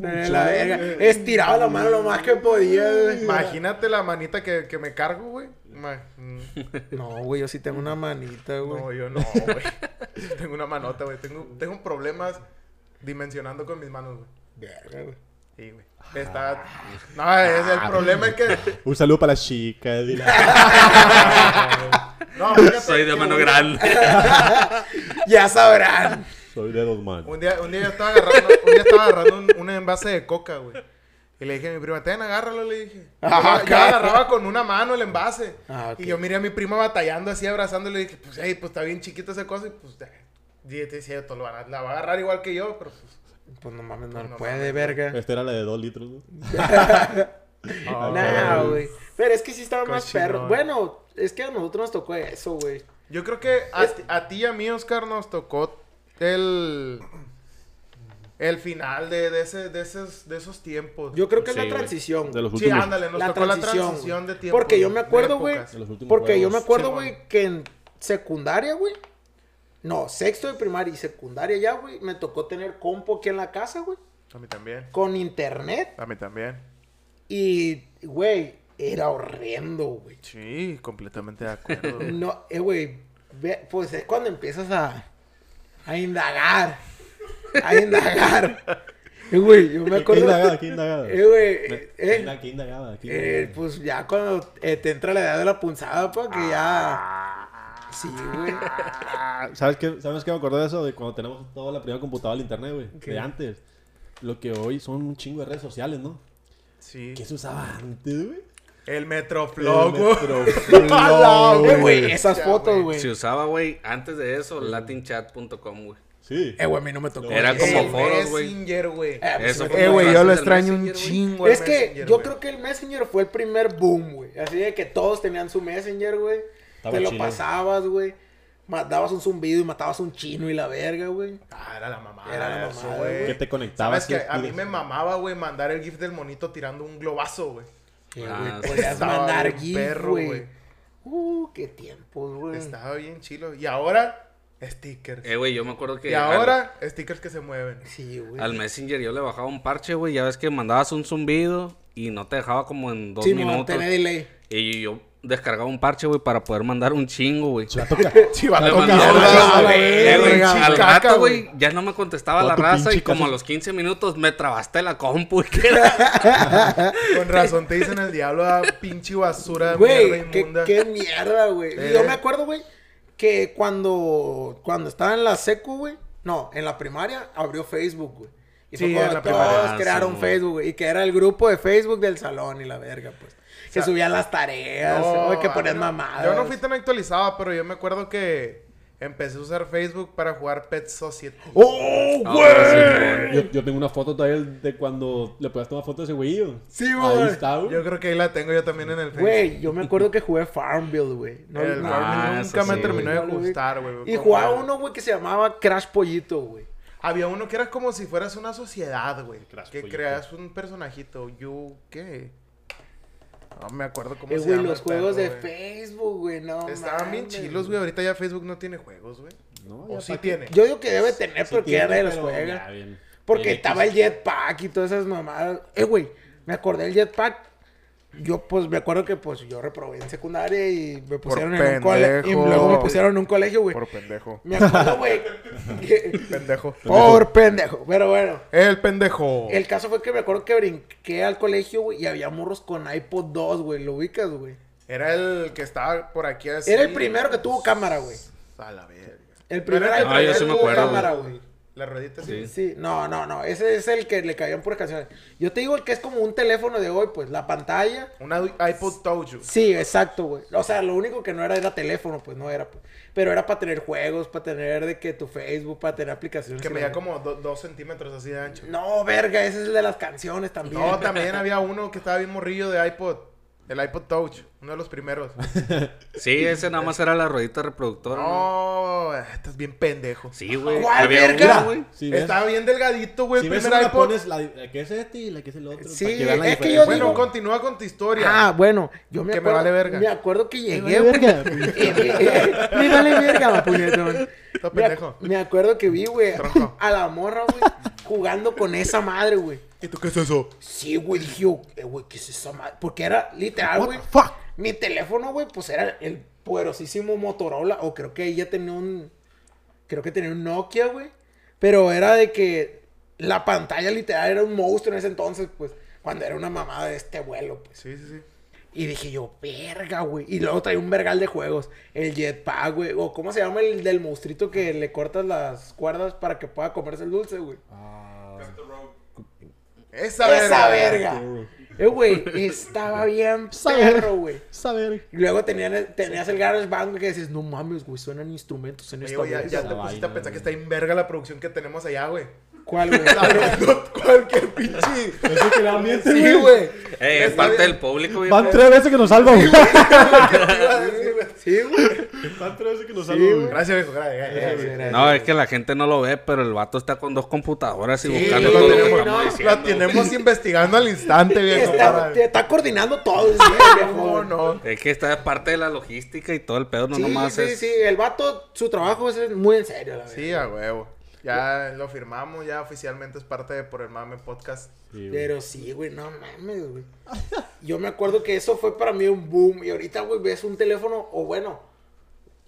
Speaker 1: Eh, la verga. Estiraba la mano lo más que podía, güey.
Speaker 3: Imagínate la manita que, que me cargo, güey. Ma- mm,
Speaker 1: No, güey, yo sí tengo una manita, güey.
Speaker 3: No, yo no, güey. tengo una manota, güey. Tengo, tengo problemas dimensionando con mis manos, güey.
Speaker 1: Verga, güey.
Speaker 3: Sí, güey. Está...
Speaker 4: Ah.
Speaker 3: No, es el problema es que...
Speaker 2: Un saludo para las chicas. dile.
Speaker 3: No, No, fíjate
Speaker 4: Soy de
Speaker 3: que
Speaker 4: mano
Speaker 3: un-
Speaker 4: grande.
Speaker 1: Ya sabrán.
Speaker 2: Soy de dos manos.
Speaker 3: Un día, un día yo estaba agarrando, un día estaba agarrando un, un envase de coca, güey. Y le dije a mi prima, ten, agárralo, le dije. Yo,
Speaker 1: Ah,
Speaker 3: yo
Speaker 1: ok.
Speaker 3: agarraba con una mano el envase.
Speaker 1: Ah, ok.
Speaker 3: Y yo miré a mi prima batallando así, abrazándole. Y dije, pues, ey, pues está bien chiquita esa cosa. Y pues, ya, ya te decía, "Esto lo van a- la va a agarrar igual que yo. Pero pues,
Speaker 1: Pues no mames, no,
Speaker 3: Pues no
Speaker 1: puede,
Speaker 3: mames,
Speaker 1: verga.
Speaker 2: Esta era la de dos litros, Ah, güey.
Speaker 3: no,
Speaker 1: Nah, güey. Pero es que sí estaba más
Speaker 3: Cochino,
Speaker 1: perro.
Speaker 3: güey.
Speaker 1: Bueno, es que a nosotros nos tocó eso, güey.
Speaker 3: Yo creo que a,
Speaker 1: Es-
Speaker 3: ti- a ti y a mí, Oscar, nos tocó el. El final de, de, ese, de, esos, de esos tiempos.
Speaker 1: Yo creo que
Speaker 4: Sí,
Speaker 1: es la
Speaker 4: güey.
Speaker 1: transición.
Speaker 2: De los
Speaker 3: sí,
Speaker 2: últimos.
Speaker 3: ándale, nos
Speaker 1: la
Speaker 3: tocó
Speaker 1: transición,
Speaker 3: la transición
Speaker 1: güey.
Speaker 3: de tiempo.
Speaker 1: Porque yo
Speaker 3: güey,
Speaker 1: me
Speaker 3: de
Speaker 1: acuerdo, güey,
Speaker 3: épocas.
Speaker 2: De los últimos
Speaker 1: Porque yo me
Speaker 2: juegos.
Speaker 1: acuerdo,
Speaker 3: Simón.
Speaker 1: güey, que en secundaria, güey. No, sexto de primaria y secundaria ya, güey. Me tocó tener compo aquí en la casa, güey.
Speaker 3: A mí también.
Speaker 1: Con internet.
Speaker 3: A mí también.
Speaker 1: Y, güey, era horrendo, güey.
Speaker 3: Sí, completamente de acuerdo. güey.
Speaker 1: No, eh, güey. ve- Pues es cuando empiezas a, a indagar. A indagar. Eh, güey, yo me
Speaker 2: ¿Qué- ¿Qué
Speaker 1: acuerdo.
Speaker 2: indagada? ¿Qué indagada?
Speaker 1: Eh, güey.
Speaker 2: Me-
Speaker 1: eh,
Speaker 2: ¿Qué inda- qué indagada? ¿Qué
Speaker 1: Eh,
Speaker 2: indagada?
Speaker 1: pues ya cuando eh, te entra la edad de la punzada, pues que ya. Sí, güey.
Speaker 2: Ah, ¿Sabes qué? ¿Sabes qué me acordé de eso? De cuando tenemos toda la primera computadora al internet, güey.
Speaker 1: ¿Qué?
Speaker 2: De antes. Lo que hoy son un chingo de redes sociales, ¿no?
Speaker 3: Sí.
Speaker 2: ¿Qué se usaba antes, güey?
Speaker 3: El
Speaker 2: El
Speaker 3: Metroflog, güey.
Speaker 2: Metroflog,
Speaker 1: Eh,
Speaker 2: güey.
Speaker 1: güey, esas
Speaker 3: Ya,
Speaker 1: fotos, güey.
Speaker 4: Se usaba, güey, antes de eso, latinchat.com, güey.
Speaker 2: Sí.
Speaker 1: Eh, güey, a mí no me tocó.
Speaker 4: Era
Speaker 1: Eh,
Speaker 4: como
Speaker 1: eh,
Speaker 3: El
Speaker 4: foros, güey.
Speaker 3: Messenger, güey.
Speaker 1: a mí sí
Speaker 4: Eso
Speaker 1: me
Speaker 4: fue
Speaker 1: tocó.
Speaker 3: Eh, güey, yo
Speaker 4: Bases
Speaker 3: lo
Speaker 4: del
Speaker 3: extraño un
Speaker 4: Messenger, güey.
Speaker 3: chingo. el
Speaker 1: Es que
Speaker 3: Messenger,
Speaker 1: yo
Speaker 3: güey.
Speaker 1: creo que el Messenger fue el primer boom, güey. Así de que todos tenían su Messenger, güey.
Speaker 2: Estaba
Speaker 1: Te lo
Speaker 2: chido.
Speaker 1: pasabas, güey. Mandabas un zumbido y matabas un chino y la verga, güey.
Speaker 3: Ah, era la mamada.
Speaker 1: Era la
Speaker 3: eso,
Speaker 1: mamada,
Speaker 3: güey.
Speaker 2: Que te
Speaker 3: Sabes
Speaker 2: conectabas.
Speaker 3: que
Speaker 2: y-
Speaker 3: a mí
Speaker 2: y-
Speaker 3: me mamaba, güey, mandar el GIF del monito tirando un globazo, güey.
Speaker 1: Eh,
Speaker 4: Ah,
Speaker 1: güey,
Speaker 4: sí.
Speaker 1: podías
Speaker 3: Estaba
Speaker 1: mandar
Speaker 3: bien
Speaker 1: gif,
Speaker 3: perro,
Speaker 1: güey.
Speaker 3: güey.
Speaker 1: Uh, qué tiempos, güey.
Speaker 3: Estaba bien chilo. Y ahora, stickers.
Speaker 4: Eh, güey, yo me acuerdo que.
Speaker 3: y
Speaker 4: al-
Speaker 3: ahora, stickers que se mueven.
Speaker 1: Sí, güey.
Speaker 4: Al Messenger yo le bajaba un parche, güey. Ya ves que mandabas un zumbido y no te dejaba como en dos
Speaker 1: Sí, no,
Speaker 4: minutos.
Speaker 1: tenía delay.
Speaker 4: Y yo descargaba un parche, güey, para poder mandar un chingo, güey. Le
Speaker 3: Chivato,
Speaker 4: mandaba
Speaker 1: cabrón,
Speaker 4: un-
Speaker 1: a la
Speaker 4: Eh, güey,
Speaker 1: verga,
Speaker 4: Al
Speaker 3: chicaca,
Speaker 4: rato,
Speaker 3: güey.
Speaker 4: güey, ya no me contestaba
Speaker 2: Toda
Speaker 4: la
Speaker 2: tu
Speaker 4: raza y
Speaker 2: pinche
Speaker 4: como
Speaker 2: casa.
Speaker 4: a los 15 minutos me trabaste la compu. y que era-
Speaker 3: Con razón te dicen el diablo a pinche basura, mierda
Speaker 1: Güey, qué,
Speaker 3: inmunda.
Speaker 1: qué mierda, güey. Y
Speaker 3: Eh.
Speaker 1: Yo me acuerdo, güey, que cuando, cuando estaba en la secu, güey, no, en la primaria abrió Facebook, güey. Y
Speaker 3: Sí,
Speaker 1: fue cuando
Speaker 3: en la
Speaker 1: todos
Speaker 3: primaria.
Speaker 4: Ah,
Speaker 1: crearon
Speaker 4: sí, güey.
Speaker 1: Facebook, güey. Y que era el grupo de Facebook del salón y la verga, pues. Que
Speaker 3: O sea,
Speaker 1: subían las tareas,
Speaker 3: No,
Speaker 1: güey, que
Speaker 3: a mí
Speaker 1: ponían
Speaker 3: no-
Speaker 1: mamadas.
Speaker 3: Yo no fui tan actualizado, pero yo me acuerdo que empecé a usar Facebook para jugar Pet Society.
Speaker 1: ¡Oh,
Speaker 4: Ah,
Speaker 1: güey!
Speaker 2: Yo, yo tengo una foto todavía de cuando le podías tomar foto a ese güeyillo.
Speaker 1: Sí, güey.
Speaker 2: Ahí está, güey.
Speaker 3: Yo creo que ahí la tengo yo también en el Facebook.
Speaker 1: Güey, yo me acuerdo que jugué Farmville, güey. No,
Speaker 3: el
Speaker 1: no,
Speaker 3: Farmville
Speaker 4: Ah,
Speaker 3: nunca
Speaker 4: eso
Speaker 3: me
Speaker 4: sí,
Speaker 3: terminó
Speaker 1: güey.
Speaker 3: de gustar, güey.
Speaker 1: Y
Speaker 3: Como-
Speaker 1: jugaba uno, güey, que se llamaba Crash Pollito, güey.
Speaker 3: Había uno que era como si fueras una sociedad, güey.
Speaker 2: Crash
Speaker 3: Que
Speaker 2: Pollito.
Speaker 3: creas un personajito. ¿Yo qué? No me acuerdo cómo
Speaker 1: Eh,
Speaker 3: se
Speaker 1: güey,
Speaker 3: llama
Speaker 1: los
Speaker 3: el
Speaker 1: juegos de
Speaker 3: perro, güey.
Speaker 1: Facebook, güey, no
Speaker 3: Estaban bien
Speaker 1: mames,
Speaker 3: chilos, güey. Ahorita ya Facebook no tiene juegos, güey.
Speaker 2: No,
Speaker 3: O
Speaker 2: ya
Speaker 3: sí
Speaker 2: pa' qué.
Speaker 3: tiene.
Speaker 1: Yo digo que debe tener
Speaker 2: Sí
Speaker 1: porque
Speaker 2: tiene,
Speaker 1: nadie los
Speaker 2: pero
Speaker 1: juega.
Speaker 2: ya, bien.
Speaker 1: Porque
Speaker 2: Bien
Speaker 1: estaba el
Speaker 2: X.
Speaker 1: jetpack y todas esas mamadas. Eh, güey, me acordé del jetpack. Yo, pues, me acuerdo que, pues, yo reprobé en secundaria y me pusieron en un colegio. Y
Speaker 3: pendejo.
Speaker 1: luego me pusieron en un colegio, güey.
Speaker 3: Por pendejo.
Speaker 1: Me acuerdo, güey. que-
Speaker 3: Pendejo. Oh,
Speaker 1: Por pendejo. Pero bueno.
Speaker 3: El pendejo.
Speaker 1: El caso fue que me acuerdo que brinqué al colegio, güey, y había morros con iPod 2, güey. Lo ubicas, güey.
Speaker 3: Era el que estaba por aquí así.
Speaker 1: Era el primero que tuvo cámara, güey.
Speaker 3: A la verga.
Speaker 1: El primer
Speaker 3: Pero era el
Speaker 1: iPod
Speaker 4: Ah, yo
Speaker 1: que
Speaker 4: sí me
Speaker 1: tuvo
Speaker 4: acuerdo,
Speaker 1: cámara,
Speaker 4: güey.
Speaker 1: güey.
Speaker 3: La ruedita así.
Speaker 4: Sí.
Speaker 1: Sí, no, no, no. Ese es el que le cabían puras canciones. Yo te digo el que es como un teléfono de hoy, pues, la pantalla.
Speaker 3: Una du- iPod Touch.
Speaker 1: Sí, exacto, güey. O sea, lo único que no era era teléfono, pues no era. pues. Pero era para tener juegos, para tener de que tu Facebook, para tener aplicaciones.
Speaker 3: Que
Speaker 1: y
Speaker 3: medía
Speaker 1: la-
Speaker 3: como do- dos centímetros así de ancho.
Speaker 1: No, verga, ese es el de las canciones también.
Speaker 3: No, también había uno que estaba bien morrillo de iPod. El iPod Touch. Uno de los primeros.
Speaker 4: Sí, ese nada más era la ruedita reproductora. güey.
Speaker 3: No, estás bien pendejo.
Speaker 4: Sí, güey.
Speaker 1: ¿Cuál
Speaker 4: Había
Speaker 1: verga?
Speaker 4: uno, güey.
Speaker 2: Si ves-
Speaker 3: Estaba bien delgadito, güey.
Speaker 2: si
Speaker 3: El
Speaker 2: ves
Speaker 3: primer
Speaker 2: una,
Speaker 3: iPod. Eh,
Speaker 2: pones la, la que es este y la que es el otro.
Speaker 1: Sí,
Speaker 2: para que vean la
Speaker 1: es que
Speaker 2: diferencia.
Speaker 1: yo digo-
Speaker 3: Bueno, continúa con tu historia.
Speaker 1: Ah, bueno, yo me
Speaker 3: Que me
Speaker 1: acuerdo.
Speaker 3: vale verga.
Speaker 1: Me acuerdo que llegué.
Speaker 2: vale verga.
Speaker 1: güey. me vale verga, puñetón.
Speaker 3: Está
Speaker 1: Me ac-
Speaker 3: pendejo.
Speaker 1: Me acuerdo que vi, güey,
Speaker 3: Tronco.
Speaker 1: a la morra, güey, jugando con esa madre, güey.
Speaker 3: ¿Y tú qué es eso?
Speaker 1: Sí, güey, dije, yo, eh, güey, ¿qué es esa madre? Porque era literal,
Speaker 3: What
Speaker 1: güey.
Speaker 3: the fuck?
Speaker 1: Mi teléfono, güey, pues era el poderosísimo Motorola. O creo que ahí ya tenía un. Creo que tenía un Nokia, güey. Pero era de que la pantalla literal era un monstruo en ese entonces, pues. Cuando era una mamada de este vuelo, pues.
Speaker 3: Sí, sí, sí.
Speaker 1: Y dije yo, verga, güey. Y luego traía un vergal de juegos. El jetpack, güey. O cómo se llama el del monstruito que le cortas las cuerdas para que pueda comerse el dulce, güey.
Speaker 2: Ah,
Speaker 3: Esa verga.
Speaker 1: Esa verga. Eh, güey, estaba bien perro, güey.
Speaker 2: Saber.
Speaker 1: Y Luego tenían, tenías el garage band que dices, no mames, güey, suenan instrumentos en
Speaker 3: Oye,
Speaker 1: esta
Speaker 3: güey, ya, ya
Speaker 1: bolsa".
Speaker 3: te
Speaker 2: Esa
Speaker 3: pusiste
Speaker 2: vaina,
Speaker 3: a pensar que
Speaker 2: güey.
Speaker 3: está en verga la producción que tenemos allá, güey.
Speaker 1: ¿Cuál, güey?
Speaker 3: Hablando cualquier pinche.
Speaker 2: Eso que le ambiente,
Speaker 3: Sí, güey.
Speaker 4: Eh, es parte del público, güey.
Speaker 2: Van tres veces que nos salva, güey.
Speaker 3: Te iba a decir, güey.
Speaker 1: sí, güey.
Speaker 2: Van tres veces que nos
Speaker 1: salva, güey.
Speaker 3: Gracias, viejo. Gracias. gracias, gracias.
Speaker 4: No, es que la gente no lo ve, pero el vato está con dos computadoras y
Speaker 3: Sí,
Speaker 4: buscando
Speaker 3: lo
Speaker 4: todo lo que
Speaker 3: tenemos,
Speaker 4: estamos
Speaker 3: no,
Speaker 4: diciendo.
Speaker 3: lo tenemos investigando al instante, viejo.
Speaker 1: Está,
Speaker 3: para-
Speaker 1: te está coordinando todo. Sí,
Speaker 3: No, no.
Speaker 4: Es que está parte de la logística y todo el pedo, no
Speaker 1: Sí,
Speaker 4: nomás
Speaker 1: sí,
Speaker 4: es.
Speaker 1: sí. El vato, su trabajo es muy en serio, la verdad.
Speaker 3: Sí, a huevo. Ya lo firmamos, ya oficialmente es parte de Por el Mame Podcast.
Speaker 1: Pero sí, güey, no mames, güey. Yo me acuerdo que eso fue para mí un boom. Y ahorita, güey, ves un teléfono, o bueno,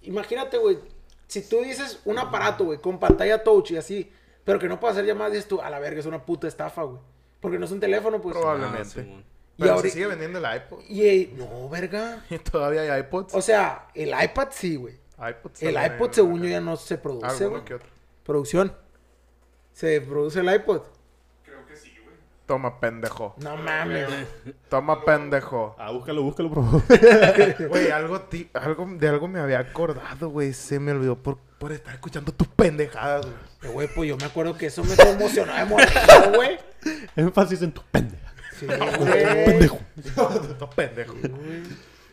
Speaker 1: imagínate, güey, si tú dices un aparato, güey, con pantalla touch y así, pero que no pueda hacer llamadas, dices tú, a la verga, es una puta estafa, güey. Porque no es un teléfono, pues.
Speaker 4: Ah,
Speaker 3: Probable. Probablemente.
Speaker 4: Simón.
Speaker 1: Y
Speaker 3: Pero
Speaker 1: ahorita-
Speaker 3: se sigue vendiendo el iPod.
Speaker 1: Y, eh, no, verga.
Speaker 3: Y todavía hay iPods.
Speaker 1: O sea, el iPad sí, güey.
Speaker 3: iPods
Speaker 1: El
Speaker 3: también
Speaker 1: iPod,
Speaker 3: hay,
Speaker 1: según
Speaker 3: acá.
Speaker 1: yo, ya no se produce,
Speaker 3: Alguno
Speaker 1: güey.
Speaker 3: que otro.
Speaker 1: Producción. Se produce el iPod.
Speaker 3: Toma, pendejo.
Speaker 1: No mames.
Speaker 3: Toma, pendejo.
Speaker 2: Ah, búscalo, búscalo, por favor.
Speaker 3: Güey, algo, ti- algo de algo me había acordado, güey. Se me olvidó por, por estar escuchando tus pendejadas, güey.
Speaker 1: Pero, güey, pues yo me acuerdo que eso me conmocionaba de morir, güey.
Speaker 2: Énfasis en tu pendeja.
Speaker 1: Sí,
Speaker 2: Pendejo.
Speaker 3: Tus pendejos.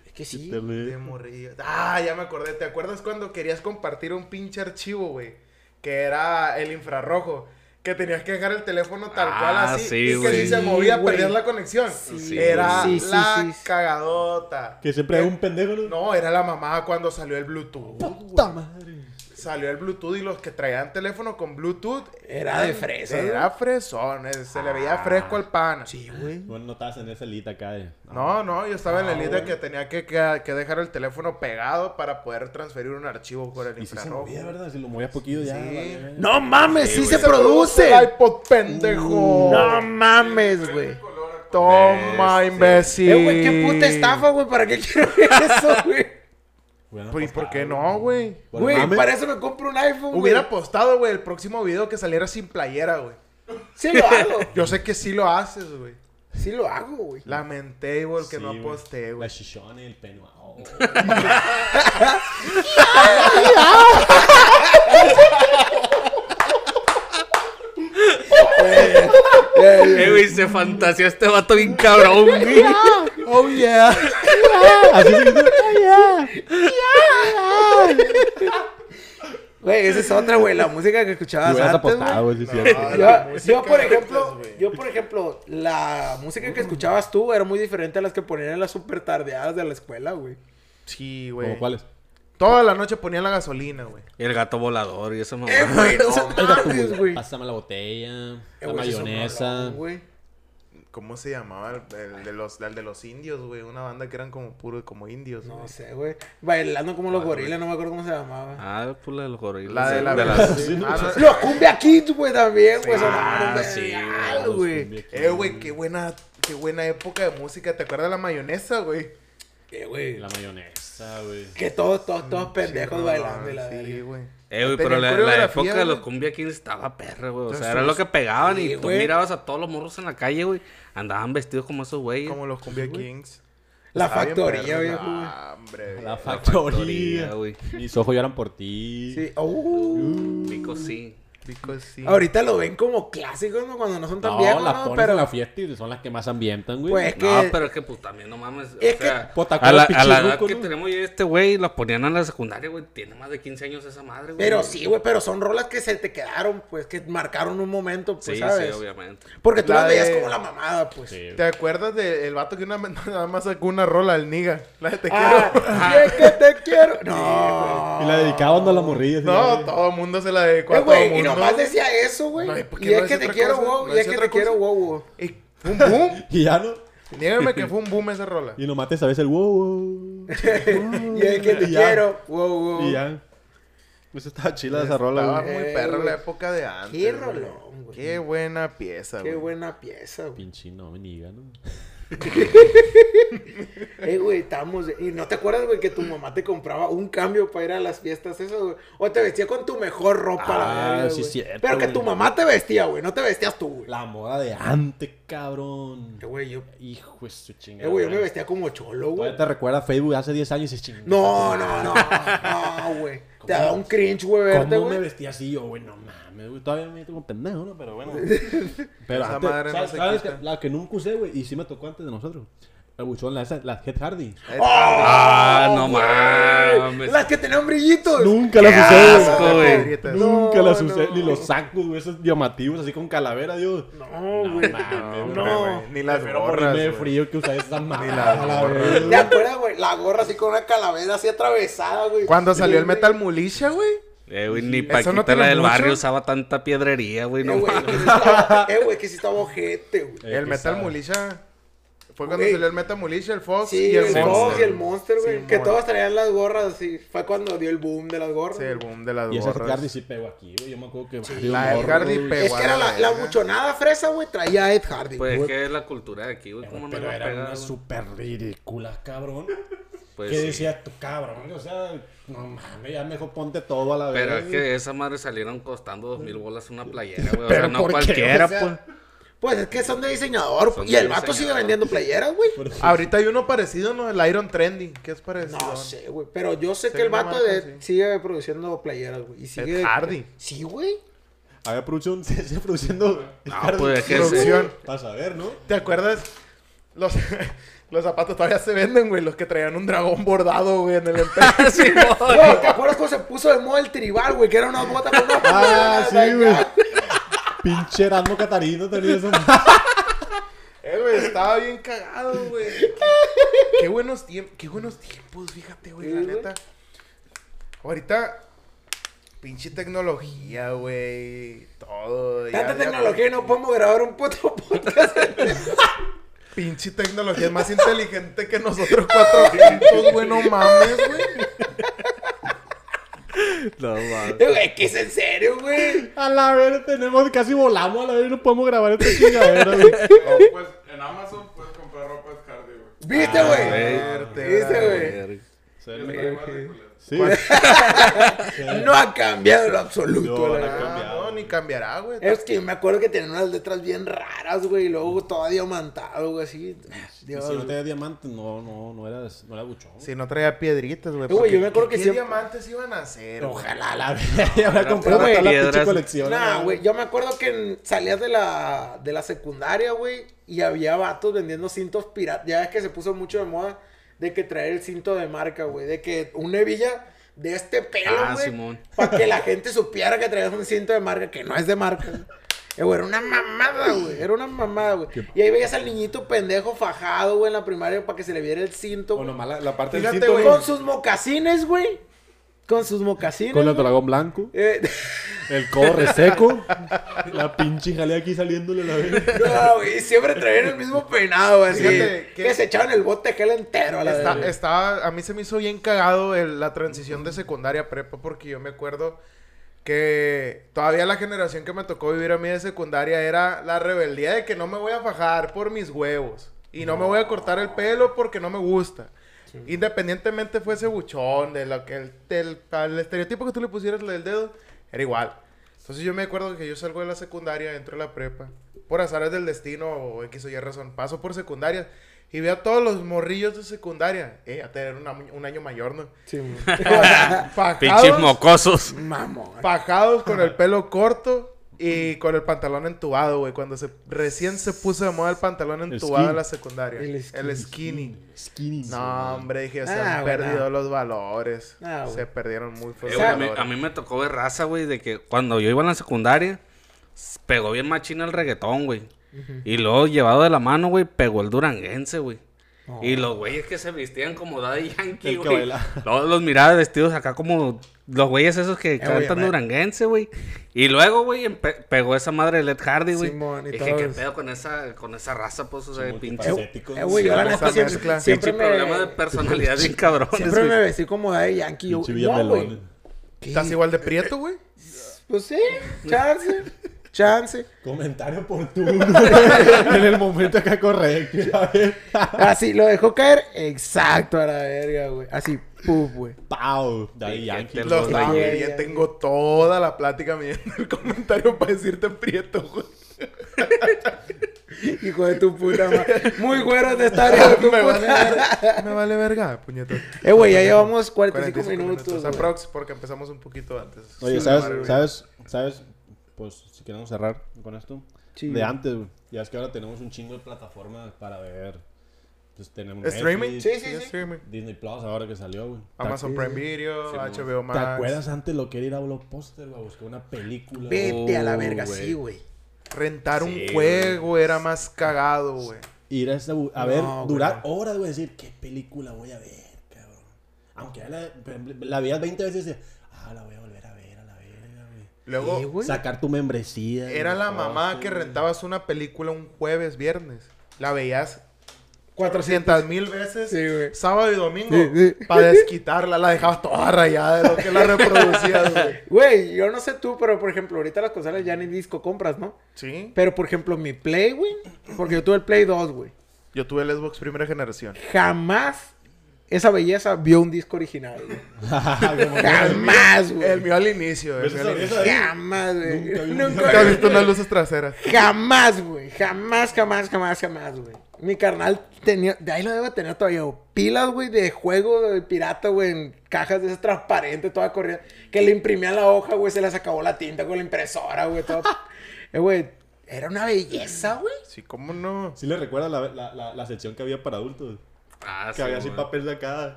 Speaker 1: Es que sí.
Speaker 3: De morrillo. Ah, ya me acordé. ¿Te acuerdas cuando querías compartir un pinche archivo, güey? Que era el infrarrojo. Que tenías que dejar el teléfono tal
Speaker 4: Ah,
Speaker 3: cual así.
Speaker 4: sí,
Speaker 3: y que
Speaker 4: güey.
Speaker 3: si se movía,
Speaker 1: Sí, güey.
Speaker 3: perdías la conexión.
Speaker 1: Sí,
Speaker 3: era
Speaker 1: güey. Sí, sí,
Speaker 3: la
Speaker 1: sí, sí.
Speaker 3: cagadota.
Speaker 2: Que siempre hay un pendejo, ¿no?
Speaker 3: No, era la mamada cuando salió el Bluetooth.
Speaker 2: Puta madre.
Speaker 3: Salió el Bluetooth y los que traían teléfono con Bluetooth.
Speaker 1: Era Ah, de fresa,
Speaker 3: Era fresón. eh, Se le veía fresco al pana.
Speaker 1: Sí, güey.
Speaker 2: Bueno, no estabas en esa lita acá de.
Speaker 3: No, no, yo estaba en la lista que tenía que, que- que dejar el teléfono pegado para poder transferir un archivo por el
Speaker 2: Y si se
Speaker 3: infrarrojo.
Speaker 2: movía, ¿verdad? Si lo movía poquillo ya. vale.
Speaker 1: No mames, sí, se,
Speaker 3: produce el
Speaker 1: produce.
Speaker 3: iPod pendejo.
Speaker 1: No mames, güey.
Speaker 3: Toma, imbécil.
Speaker 1: Eh, güey, qué puta estafa, güey. ¿Para qué quiero eso, güey?
Speaker 2: Bueno,
Speaker 3: Pues, ¿Y
Speaker 2: pues,
Speaker 3: por qué no, güey?
Speaker 2: Por
Speaker 1: Güey,
Speaker 2: mame.
Speaker 1: para eso me compro un iPhone,
Speaker 3: Hubiera
Speaker 1: güey.
Speaker 3: apostado, güey, el próximo video que saliera sin playera, güey.
Speaker 1: Sí lo hago.
Speaker 3: Yo sé que sí lo haces, güey.
Speaker 1: Sí lo hago, güey.
Speaker 3: Lamentable que
Speaker 2: Sí,
Speaker 3: no
Speaker 2: güey.
Speaker 3: aposté,
Speaker 2: La
Speaker 3: güey.
Speaker 2: chichone, el pene. oh.
Speaker 4: Eh, güey, se fantasea este vato bien cabrón, güey.
Speaker 3: Oh, yeah.
Speaker 2: Así se dice. oh,
Speaker 1: Güey, esa es otra, güey. La música que
Speaker 2: Lo
Speaker 1: escuchabas
Speaker 2: hubieras
Speaker 1: antes, güey.
Speaker 2: apostado, güey, sí, cierto.
Speaker 1: Yo,
Speaker 3: No, La música
Speaker 1: yo, por
Speaker 3: de
Speaker 1: ejemplo,
Speaker 3: antes, güey.
Speaker 1: yo, por ejemplo, la música que escuchabas tú era muy diferente a las que ponían en las super tardeadas de la escuela, güey.
Speaker 3: Sí,
Speaker 2: ¿Cómo
Speaker 3: güey.
Speaker 2: cuáles?
Speaker 3: Toda la noche ponían la gasolina, güey.
Speaker 4: Y el gato volador y eso mamá.
Speaker 3: Eh.
Speaker 1: mames, güey.
Speaker 2: pues, Pásame la botella,
Speaker 1: Eh,
Speaker 2: la
Speaker 1: güey, eso es un
Speaker 2: mayonesa.
Speaker 1: rolón, güey.
Speaker 3: ¿Cómo se llamaba el, el de los, el de los indios, güey? Una banda que eran como puro, como indios,
Speaker 1: No
Speaker 3: güey.
Speaker 1: sé, güey. Bailando como los gorilas, no me acuerdo cómo se llamaba.
Speaker 4: Ah, pues la de los gorilas.
Speaker 3: La de la...
Speaker 4: las-
Speaker 3: Sí, ah, no.
Speaker 1: Los Cumbia Kids, güey, también, güey.
Speaker 4: Ah,
Speaker 1: sonaron,
Speaker 4: sí,
Speaker 1: vergal,
Speaker 2: Los
Speaker 1: güey.
Speaker 2: cumbia
Speaker 3: Eh, güey, qué buena, qué buena época de música. ¿Te acuerdas de la mayonesa, güey?
Speaker 1: Eh, güey.
Speaker 2: king, La mayonesa, güey.
Speaker 1: Que todos, todos, todos pendejos
Speaker 3: Sí,
Speaker 1: bailando. y
Speaker 3: no,
Speaker 1: la
Speaker 3: Sí,
Speaker 1: verga.
Speaker 3: güey.
Speaker 4: Eh, güey,
Speaker 3: Tenían
Speaker 4: pero la, la
Speaker 3: coreografía,
Speaker 4: época de
Speaker 3: güey.
Speaker 4: los cumbia kings estaba perra, güey. O sea,
Speaker 3: Entonces, pues,
Speaker 4: era lo que pegaban
Speaker 1: sí,
Speaker 4: y tú
Speaker 1: güey.
Speaker 4: mirabas a todos los morros en la calle, güey. Andaban vestidos como esos güeyes.
Speaker 3: Como los Cumbia Kings.
Speaker 1: La
Speaker 3: Estaba bien
Speaker 1: factoría,
Speaker 3: perro,
Speaker 1: viejo,
Speaker 3: no, Ah,
Speaker 1: güey.
Speaker 3: Hombre,
Speaker 2: La
Speaker 3: güey.
Speaker 2: factoría.
Speaker 4: güey.
Speaker 2: Mis ojos lloran por ti.
Speaker 1: Sí. Uh.
Speaker 4: Pico sí.
Speaker 3: Because sí.
Speaker 1: Ahorita lo ven como clásicos, ¿no? Cuando no son tan
Speaker 2: No,
Speaker 1: viejos,
Speaker 2: las
Speaker 1: ¿no?
Speaker 2: pones
Speaker 1: Pero...
Speaker 2: en la fiesta y son las que más ambientan, güey.
Speaker 1: Pues, Es
Speaker 4: No,
Speaker 1: que-
Speaker 4: pero es que pues también no mames.
Speaker 1: Es
Speaker 4: o sea,
Speaker 2: que- Puta,
Speaker 4: a, la,
Speaker 2: como
Speaker 4: a la edad
Speaker 2: pichirruco,
Speaker 4: que
Speaker 2: ¿no?
Speaker 4: tenemos ya este güey, la ponían en la secundaria, güey. Tiene más de 15 años esa madre, güey.
Speaker 1: Pero sí, güey, pero son rolas que se te quedaron, pues, que marcaron un momento, pues,
Speaker 4: Sí, sí,
Speaker 1: ¿sabes?
Speaker 4: obviamente.
Speaker 1: Porque tú
Speaker 3: La
Speaker 1: las veías
Speaker 3: de-
Speaker 1: como la mamada, pues.
Speaker 2: Sí.
Speaker 3: ¿Te acuerdas del vato que una nada más sacó una rola al niga? La de te quiero.
Speaker 1: Ah, es que te quiero. No.
Speaker 2: Y la dedicaban a las morrillas.
Speaker 3: No,
Speaker 2: güey.
Speaker 3: todo el mundo se la dedicó
Speaker 1: Eh,
Speaker 3: a todo el
Speaker 1: güey, y
Speaker 3: mundo.
Speaker 1: nomás decía eso, güey.
Speaker 3: No, ¿y por qué
Speaker 1: y
Speaker 3: no
Speaker 1: es
Speaker 3: decía
Speaker 1: que te
Speaker 3: otra
Speaker 1: quiero,
Speaker 3: cosa?
Speaker 1: wow.
Speaker 3: ¿No
Speaker 1: y es
Speaker 3: decía
Speaker 1: que
Speaker 3: otra
Speaker 1: te quiero,
Speaker 3: cosa?
Speaker 1: wow, wow.
Speaker 3: Y fue un boom.
Speaker 2: Y ya no.
Speaker 3: Dígame que fue un boom esa rola.
Speaker 2: Y nomás te sabes el wow, wow.
Speaker 1: Y es que te
Speaker 2: Y ya.
Speaker 1: quiero, wow, wow.
Speaker 2: Y ya. Pues estaba chila esa rola,
Speaker 3: Estaba
Speaker 2: güey.
Speaker 3: muy
Speaker 1: Eh,
Speaker 3: perra
Speaker 1: güey.
Speaker 3: la época de antes.
Speaker 1: Qué
Speaker 3: güey.
Speaker 1: rolón, güey.
Speaker 3: Qué buena pieza,
Speaker 1: Qué
Speaker 3: güey.
Speaker 1: buena pieza, güey.
Speaker 2: Pinche no, me niga, ¿no?
Speaker 1: Eh, güey, estábamos. de- ¿Y no te acuerdas, güey, que tu mamá te compraba un cambio para ir a las fiestas esas, güey? O te vestía con tu mejor ropa, la
Speaker 2: Ah,
Speaker 1: verga,
Speaker 2: sí,
Speaker 1: güey.
Speaker 2: cierto,
Speaker 1: Pero que
Speaker 2: güey.
Speaker 1: tu mamá te vestía, güey. No te vestías tú, güey.
Speaker 2: La moda de antes, cabrón.
Speaker 1: Eh, güey, yo,
Speaker 2: Hijo de su chingada.
Speaker 1: eh, güey, yo me
Speaker 2: madre.
Speaker 1: vestía como cholo, güey.
Speaker 2: Todavía te recuerda Facebook hace 10 años y se chingó.
Speaker 1: No, no, no. No, güey. Te daba un cringe, güey, verte,
Speaker 2: ¿Cómo me
Speaker 1: güey.
Speaker 2: vestía así yo, güey? No mames, güey. Todavía me tengo pendejo, ¿no? Pero bueno. Pero
Speaker 3: Esa
Speaker 2: antes,
Speaker 3: madre no
Speaker 2: ¿sabes,
Speaker 3: se
Speaker 2: sabes
Speaker 3: quita.
Speaker 2: que- la que nunca usé, güey? Y sí me tocó antes de nosotros. La buchona, esa, la Head Hardy.
Speaker 4: Ah, no
Speaker 1: Oh, güey.
Speaker 4: mames.
Speaker 1: Las que tenían brillitos.
Speaker 2: Nunca las
Speaker 4: qué
Speaker 2: usé, güey.
Speaker 4: asco, güey.
Speaker 3: Piedritas.
Speaker 2: Nunca
Speaker 1: No,
Speaker 2: las usé.
Speaker 1: no.
Speaker 2: Ni los sacos, güey. Esos llamativos así con calavera, Dios.
Speaker 1: No, güey.
Speaker 2: mames,
Speaker 1: no.
Speaker 3: hombre, güey, Ni las
Speaker 2: Pero
Speaker 3: gorras.
Speaker 2: morirme de
Speaker 3: güey.
Speaker 2: frío que usar esa madre.
Speaker 3: las
Speaker 2: a la
Speaker 3: gorras.
Speaker 2: verga.
Speaker 1: ¿Te acuerdas, güey? La gorra así con una calavera así atravesada, güey.
Speaker 3: Cuando salió el
Speaker 1: Sí, güey.
Speaker 3: Metal Militia, güey.
Speaker 4: Eh, güey, ni
Speaker 3: ¿Eso
Speaker 4: Paquita
Speaker 3: no tiene
Speaker 4: la del
Speaker 3: mucho?
Speaker 4: barrio usaba tanta piedrería, güey. No
Speaker 1: Eh, güey,
Speaker 4: mames.
Speaker 1: que sí estaba- eh, güey, que sí estaba ojete, güey.
Speaker 2: Eh,
Speaker 3: el
Speaker 2: que
Speaker 3: Metal
Speaker 2: sabe.
Speaker 3: Militia. Fue cuando
Speaker 1: Güey.
Speaker 3: salió el Metal Militia, el Fox
Speaker 1: Sí,
Speaker 3: y el, Monster.
Speaker 1: Fox y el Monster, güey.
Speaker 3: Sí,
Speaker 1: que
Speaker 3: mon.
Speaker 1: todos traían las gorras y fue cuando dio el boom de las gorras.
Speaker 3: Sí, el boom de las
Speaker 2: Y esa Head Hardy
Speaker 3: gorras.
Speaker 2: sí pegó aquí, güey. Yo me acuerdo que.
Speaker 3: la Head Hardy pegó.
Speaker 1: Es que era la, la buchonada fresa, güey, traía a Ed Hardy.
Speaker 4: Pues es
Speaker 1: güey.
Speaker 4: que es la cultura de aquí, güey. ¿Cómo no le
Speaker 2: Pero
Speaker 4: va a
Speaker 2: era
Speaker 4: pegar?
Speaker 2: una
Speaker 4: güey?
Speaker 2: súper ridícula, cabrón.
Speaker 4: Pues
Speaker 2: que
Speaker 4: sí.
Speaker 2: decía tu cabrón, o sea, no mames, ya mejor ponte todo a la vez.
Speaker 4: Pero es que esa madre salieron costando dos mil bolas una playera, güey. O
Speaker 2: Pero
Speaker 4: sea, no
Speaker 2: ¿por qué?
Speaker 4: cualquiera,
Speaker 2: O sea,
Speaker 4: pues.
Speaker 1: Pues es que son de diseñador.
Speaker 4: Son
Speaker 1: y
Speaker 4: de
Speaker 1: el vato
Speaker 4: diseñador.
Speaker 1: sigue vendiendo playeras, güey.
Speaker 4: Ah.
Speaker 3: Ahorita hay uno parecido, ¿no? El Iron Trending. ¿Qué es parecido?
Speaker 1: No sé, güey. Pero yo sé
Speaker 3: Sí,
Speaker 1: que el
Speaker 3: una
Speaker 1: vato
Speaker 3: marca,
Speaker 1: de
Speaker 3: sí.
Speaker 1: sigue produciendo playeras, güey. Y sigue.
Speaker 3: Hardy.
Speaker 1: Sí, güey.
Speaker 2: Había producido, se sigue produciendo.
Speaker 4: No, pues es que
Speaker 3: Producción.
Speaker 2: Para saber, ¿no?
Speaker 3: ¿Te acuerdas? Los, los zapatos todavía se venden, güey. Los que traían un dragón bordado, güey, en el empeño.
Speaker 1: Güey, ¿te acuerdas cuando se puso de moda el tribal, güey? Que era una bota con una
Speaker 2: Ah, sí,
Speaker 1: acá?
Speaker 2: güey. Pinche Erasmo Catarino tenía eso.
Speaker 3: Eh, güey, estaba bien cagado, güey. Qué, qué buenos tiempos, qué buenos tiempos, fíjate, güey,
Speaker 1: Sí,
Speaker 3: la
Speaker 1: güey.
Speaker 3: neta. Ahorita, pinche tecnología, güey, todo. ya-
Speaker 1: Tanta
Speaker 3: ya-
Speaker 1: tecnología y no podemos grabar un puto podcast.
Speaker 3: Pinche tecnología es más inteligente que nosotros cuatro juntos, güey, no mames, güey.
Speaker 2: No mames.
Speaker 1: Eh, Güey, que es en serio, güey.
Speaker 2: A la vez tenemos, casi volamos a la vez y no podemos grabar esta chingadera, güey.
Speaker 5: No, pues en Amazon puedes comprar ropa de Cardi, güey.
Speaker 1: ¿Viste, güey?
Speaker 3: Suerte,
Speaker 1: ¿Viste, güey?
Speaker 5: Está igual de culero.
Speaker 2: Sí.
Speaker 1: No ha cambiado en lo absoluto.
Speaker 2: No,
Speaker 1: la
Speaker 2: no.
Speaker 1: verdad.
Speaker 3: Ah, no, ni cambiará, güey.
Speaker 1: Es que yo me acuerdo que tenían unas letras bien raras, güey, y luego todo diamantado, güey, así.
Speaker 2: Y
Speaker 1: Dios,
Speaker 2: si no
Speaker 1: güey.
Speaker 2: tenía diamantes, no, no, no era, no era buchón.
Speaker 3: Si no traía piedritas, güey.
Speaker 1: Eh, güey, yo me acuerdo que
Speaker 3: porque ¿Qué
Speaker 1: siempre-
Speaker 3: diamantes iban a hacer? güey?
Speaker 2: Ojalá la ya habrá comprado
Speaker 4: güey,
Speaker 2: toda la pinche
Speaker 4: piedras.
Speaker 2: colección.
Speaker 1: Nah,
Speaker 2: ¿no?
Speaker 1: güey, yo me acuerdo que en- salías de la, de la secundaria, güey, y había vatos vendiendo cintos piratas. Ya ves que se puso mucho de moda de que traer el cinto de marca, güey, de que una hebilla de este pelo,
Speaker 4: Ah,
Speaker 1: güey,
Speaker 4: Simón.
Speaker 1: para que la gente supiera que traías un cinto de marca que no es de marca. güey. Eh, güey, era una mamada, güey. Era una mamada, güey. Y ahí veías al niñito pendejo fajado, güey, en la primaria para que se le viera el cinto.
Speaker 2: O
Speaker 1: güey.
Speaker 2: nomás la, la parte
Speaker 3: Fíjate,
Speaker 2: del cinto,
Speaker 3: güey.
Speaker 2: ¿no?
Speaker 1: Con sus mocasines, güey. Con sus mocasines.
Speaker 2: Con el
Speaker 1: güey.
Speaker 2: dragón blanco,
Speaker 1: Eh,
Speaker 2: el codo reseco, la pinche jalea aquí saliéndole la verga.
Speaker 1: no, güey. Siempre traían el mismo peinado, güey. así,
Speaker 3: Fíjate
Speaker 1: que,
Speaker 3: que-
Speaker 1: se echaban el bote de gel entero a la
Speaker 3: Está-
Speaker 1: verga.
Speaker 3: estaba, a mí se me hizo bien cagado el- la transición de secundaria a prepa porque yo me acuerdo que todavía la generación que me tocó vivir a mí de secundaria era la rebeldía de que no me voy a fajar por mis huevos y no, me voy a cortar el pelo porque no me gusta. Independientemente fuese buchón, de lo que el, del- al estereotipo que tú le pusieras el dedo, era igual. Entonces yo me acuerdo que yo salgo de la secundaria, entro a la prepa, por azares del destino o X o Y razón, paso por secundaria y veo a todos los morrillos de secundaria, eh, a tener una mu- un año mayor, ¿no?
Speaker 1: Sí, güey.
Speaker 4: Pinches
Speaker 3: Fajados,
Speaker 4: mocosos.
Speaker 1: Mamón.
Speaker 3: fajados con el pelo corto y con el pantalón entubado, güey. Cuando se, recién se puso de moda el pantalón entubado
Speaker 2: skinny.
Speaker 3: en la secundaria.
Speaker 1: El
Speaker 3: El
Speaker 1: skinny.
Speaker 3: skinny.
Speaker 2: Skinny.
Speaker 3: No, hombre, dije, se
Speaker 1: Ah,
Speaker 3: han
Speaker 1: güey,
Speaker 3: perdido
Speaker 1: no.
Speaker 3: los valores.
Speaker 1: Ah, güey.
Speaker 3: se perdieron muy
Speaker 4: Eh,
Speaker 1: Pues
Speaker 3: fuerte.
Speaker 4: güey,
Speaker 3: los
Speaker 4: a, mí,
Speaker 3: valores.
Speaker 4: a mí me tocó ver raza, güey, de que cuando yo iba en la secundaria, s- pegó bien machina el reggaetón, güey. Y luego, llevado de la mano, güey, pegó el duranguense, güey. Y los güeyes que se vestían como Daddy Yankee,
Speaker 2: El que
Speaker 4: güey.
Speaker 2: baila.
Speaker 4: Luego los miraba vestidos acá como los güeyes esos que
Speaker 1: Eh, güey,
Speaker 4: cantan
Speaker 1: me-
Speaker 4: duranguense, güey. Y luego, güey, empe- pegó esa madre de Led Hardy, güey.
Speaker 1: Simón, y
Speaker 4: Dije,
Speaker 1: todo
Speaker 4: ¿qué
Speaker 1: eso.
Speaker 4: pedo con esa, con esa raza, pues? O sea, pinche,
Speaker 1: Eh,
Speaker 2: Multifacético.
Speaker 1: eh, güey, yo la
Speaker 3: Siempre
Speaker 1: neta
Speaker 3: esa
Speaker 1: siempre,
Speaker 3: mezcla.
Speaker 1: siempre
Speaker 4: pinche problema de
Speaker 1: me,
Speaker 4: personalidad bien cabrón.
Speaker 1: siempre me vestí como de Yankee. Yo,
Speaker 2: Pinche
Speaker 1: no,
Speaker 2: Villamelón.
Speaker 1: güey.
Speaker 3: ¿Estás igual de prieto, güey?
Speaker 1: Pues sí, chance. Chance.
Speaker 2: Comentario oportuno. en el momento acá correcto. A ver.
Speaker 1: Así, lo dejó caer. Exacto, a la verga, güey. Así, puf, güey.
Speaker 2: Pau. Daddy Yankee.
Speaker 4: Los
Speaker 3: Los
Speaker 1: Dodgers.
Speaker 3: Dodgers, ya tengo toda la plática midiendo el comentario para decirte prieto, güey.
Speaker 1: Hijo de tu puta madre. Muy güero de estar, hijo de tu puta
Speaker 3: me, vale
Speaker 1: madre.
Speaker 3: verga, me vale verga, puñeto.
Speaker 1: Eh, güey, ya llevamos 45, minutos. güey.
Speaker 3: aprox, porque empezamos un poquito antes.
Speaker 2: Oye,
Speaker 3: Sí, madre,
Speaker 2: ¿sabes?
Speaker 3: güey.
Speaker 2: ¿Sabes? ¿Sabes? Pues si queremos cerrar con esto.
Speaker 1: Sí.
Speaker 2: De antes, güey. Ya es que ahora tenemos un chingo de plataformas para ver. Pues tenemos
Speaker 3: ¿Streaming?
Speaker 2: Netflix,
Speaker 1: sí, sí.
Speaker 3: Streaming.
Speaker 2: Disney Plus ahora que salió, güey.
Speaker 3: Amazon
Speaker 2: ¿Te-
Speaker 3: Prime Video,
Speaker 4: Sí,
Speaker 3: HBO
Speaker 2: ¿Te
Speaker 3: Max.
Speaker 2: acuerdas antes lo que era ir a Blockbuster, güey? A buscar una película.
Speaker 1: Vete a la verga,
Speaker 2: Oh,
Speaker 1: sí, güey.
Speaker 3: Rentar un
Speaker 4: Sí,
Speaker 3: juego era más cagado, güey.
Speaker 2: ir a, esa bu- a ver,
Speaker 1: No, güey.
Speaker 2: durar horas, güey, decir, ¿qué película voy a ver, cabrón? Aunque ya la, la veías 20 veces y decías, ah, la voy a volver a ver, a la verga, güey.
Speaker 3: Luego,
Speaker 1: Sí, güey.
Speaker 2: Sacar tu membresía.
Speaker 3: era
Speaker 2: güey,
Speaker 3: la
Speaker 2: costo,
Speaker 3: mamá que
Speaker 2: güey.
Speaker 3: rentabas una película un jueves, viernes. La veías
Speaker 1: 400.
Speaker 3: 300 mil veces
Speaker 1: Sí, güey.
Speaker 3: sábado y domingo
Speaker 1: Sí, sí.
Speaker 3: para desquitarla. La dejabas toda rayada de lo que la reproducías, güey.
Speaker 1: Güey, yo no sé tú, pero por ejemplo, ahorita las consolas ya ni disco compras, ¿no?
Speaker 3: Sí.
Speaker 1: Pero por ejemplo, mi Play, güey. Porque yo tuve el Play 2, güey.
Speaker 3: Yo tuve el Xbox primera generación.
Speaker 1: Jamás esa belleza vio un disco original, güey.
Speaker 2: Como que
Speaker 1: Jamás,
Speaker 3: El
Speaker 1: güey.
Speaker 3: mío al inicio. El
Speaker 2: Eso es-
Speaker 3: mío al
Speaker 2: Ah, eso
Speaker 3: inicio.
Speaker 2: es-
Speaker 1: Jamás,
Speaker 2: Nunca vi
Speaker 1: güey.
Speaker 2: un
Speaker 1: Nunca
Speaker 3: Nunca he
Speaker 1: vi-
Speaker 3: visto unas luces traseras.
Speaker 1: Jamás, güey. Jamás, jamás, jamás, jamás, güey. Mi carnal tenía, de ahí lo debo tener todavía, güey. pilas, güey, de juego de pirata, güey, en cajas de esas transparentes, toda corrida, que le imprimía la hoja, güey, se las acabó la tinta con la impresora, güey, todo. Eh, güey, era una belleza, güey.
Speaker 3: Sí, ¿cómo no?
Speaker 2: Sí le recuerda la, la, la, la sección que había para adultos.
Speaker 4: Ah,
Speaker 2: Que había así
Speaker 4: güey.
Speaker 2: papel de acá.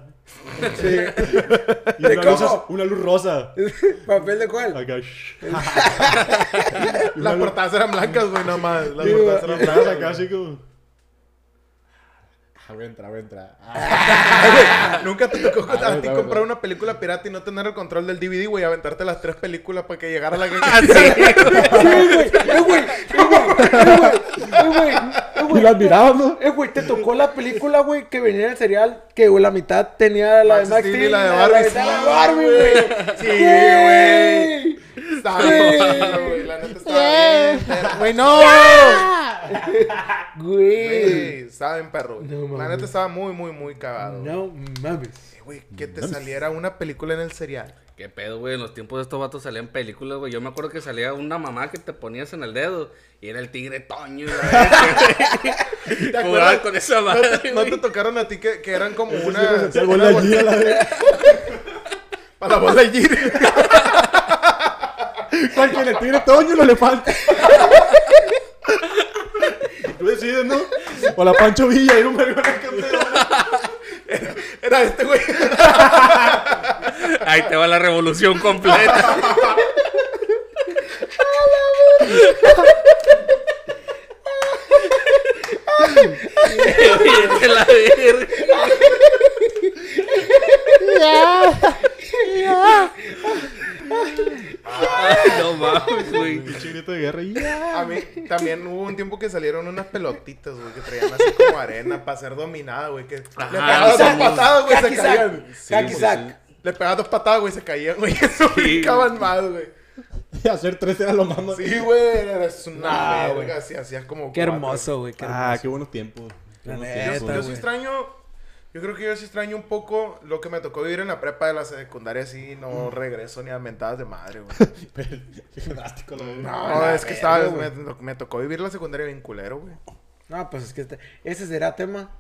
Speaker 1: Sí.
Speaker 2: Y una,
Speaker 1: cómo?
Speaker 2: luz, az- una luz rosa.
Speaker 1: ¿Papel de cuál?
Speaker 2: Acá. shh.
Speaker 3: Las portadas eran blancas, güey, nada más. Las
Speaker 2: Y
Speaker 3: portadas
Speaker 2: una-
Speaker 3: eran
Speaker 2: y una
Speaker 3: blancas.
Speaker 2: acá
Speaker 3: güey.
Speaker 2: así como... Ah, voy a entrar, voy a entrar. Ah.
Speaker 3: Nunca te tocó
Speaker 2: Ah,
Speaker 3: a
Speaker 2: güey,
Speaker 3: ti
Speaker 2: güey,
Speaker 3: comprar
Speaker 2: güey.
Speaker 3: una película pirata y no tener el control del DVD, güey, aventarte las tres películas para que llegara la que
Speaker 4: Ah,
Speaker 1: Sí, güey. Eh, güey. Eh, güey. Eh, güey. Eh, güey. Eh, güey.
Speaker 2: Y las mirábamos.
Speaker 1: Eh, güey, te tocó la película, güey, que venía en el serial, que güey, la mitad tenía la de
Speaker 3: Max
Speaker 1: Max
Speaker 3: Steel y
Speaker 1: Steel
Speaker 3: la de
Speaker 1: La
Speaker 3: Barbie.
Speaker 1: mitad la de
Speaker 3: Sí,
Speaker 1: Barbie, güey.
Speaker 3: Sí, güey. Estaba
Speaker 1: Sí.
Speaker 3: mal, güey, La neta estaba bien. Güey, no.
Speaker 1: Güey.
Speaker 3: Güey, saben, perro. güey.
Speaker 1: No
Speaker 3: la
Speaker 1: mames.
Speaker 3: neta estaba muy, muy, muy cagado. güey.
Speaker 1: No mames.
Speaker 3: Eh, Güey, que te saliera una película en el serial.
Speaker 4: ¿Qué pedo, güey? En los tiempos de estos vatos salían películas, güey. Yo me acuerdo que salía una mamá que te ponías en el dedo y era el tigre Toño. y la verga, güey.
Speaker 3: ¿Te acuerdas?
Speaker 4: Jugaba con
Speaker 3: ¿No
Speaker 4: esa
Speaker 3: te,
Speaker 4: madre,
Speaker 3: no
Speaker 4: güey.
Speaker 3: te tocaron a ti que, que eran como una...
Speaker 2: Se
Speaker 3: una
Speaker 2: vuelve allí
Speaker 3: bolsa-
Speaker 2: a la vez.
Speaker 3: Para la bola allí.
Speaker 2: Para que le tire Toño no le falta. Tú decides, ¿no? O la Pancho Villa y un vergüenza que
Speaker 3: Era este, güey.
Speaker 4: Ahí te va la revolución completa. Vete a la verga. Ay, no mames, güey.
Speaker 2: Pinche grito de guerra.
Speaker 3: A mí también hubo un tiempo que salieron unas pelotitas, güey, que traían así como arena para ser dominada, güey. Que le
Speaker 4: Ajá,
Speaker 3: pegabas dos
Speaker 4: Kaki-san.
Speaker 3: patadas, güey, se
Speaker 1: Kakisak.
Speaker 3: caían.
Speaker 1: Kakisak.
Speaker 3: Le pegabas dos patadas, güey, se caían, güey. No brincaban más, güey.
Speaker 2: Y hacer tres era lo más mamá.
Speaker 3: Sí, güey, eres una
Speaker 1: Ah,
Speaker 3: verga,
Speaker 1: güey.
Speaker 3: así hacías como
Speaker 1: Qué
Speaker 3: cuatro.
Speaker 1: hermoso, güey. Qué hermoso.
Speaker 2: Ah, qué buenos tiempos. Qué
Speaker 1: La
Speaker 2: buenos
Speaker 1: neta,
Speaker 2: tiempos.
Speaker 3: Yo, yo sí
Speaker 1: güey.
Speaker 3: extraño, yo creo que yo sí extraño un poco lo que me tocó vivir en la prepa de la secundaria, así
Speaker 1: Mm.
Speaker 3: no regreso ni a mentadas de madre, güey.
Speaker 2: Pero, Qué drástico lo
Speaker 3: No,
Speaker 1: la
Speaker 3: es que
Speaker 1: verga,
Speaker 3: estaba, me,
Speaker 1: güey.
Speaker 3: me tocó vivir la secundaria bien culero, güey.
Speaker 1: No, pues es que este- ese será tema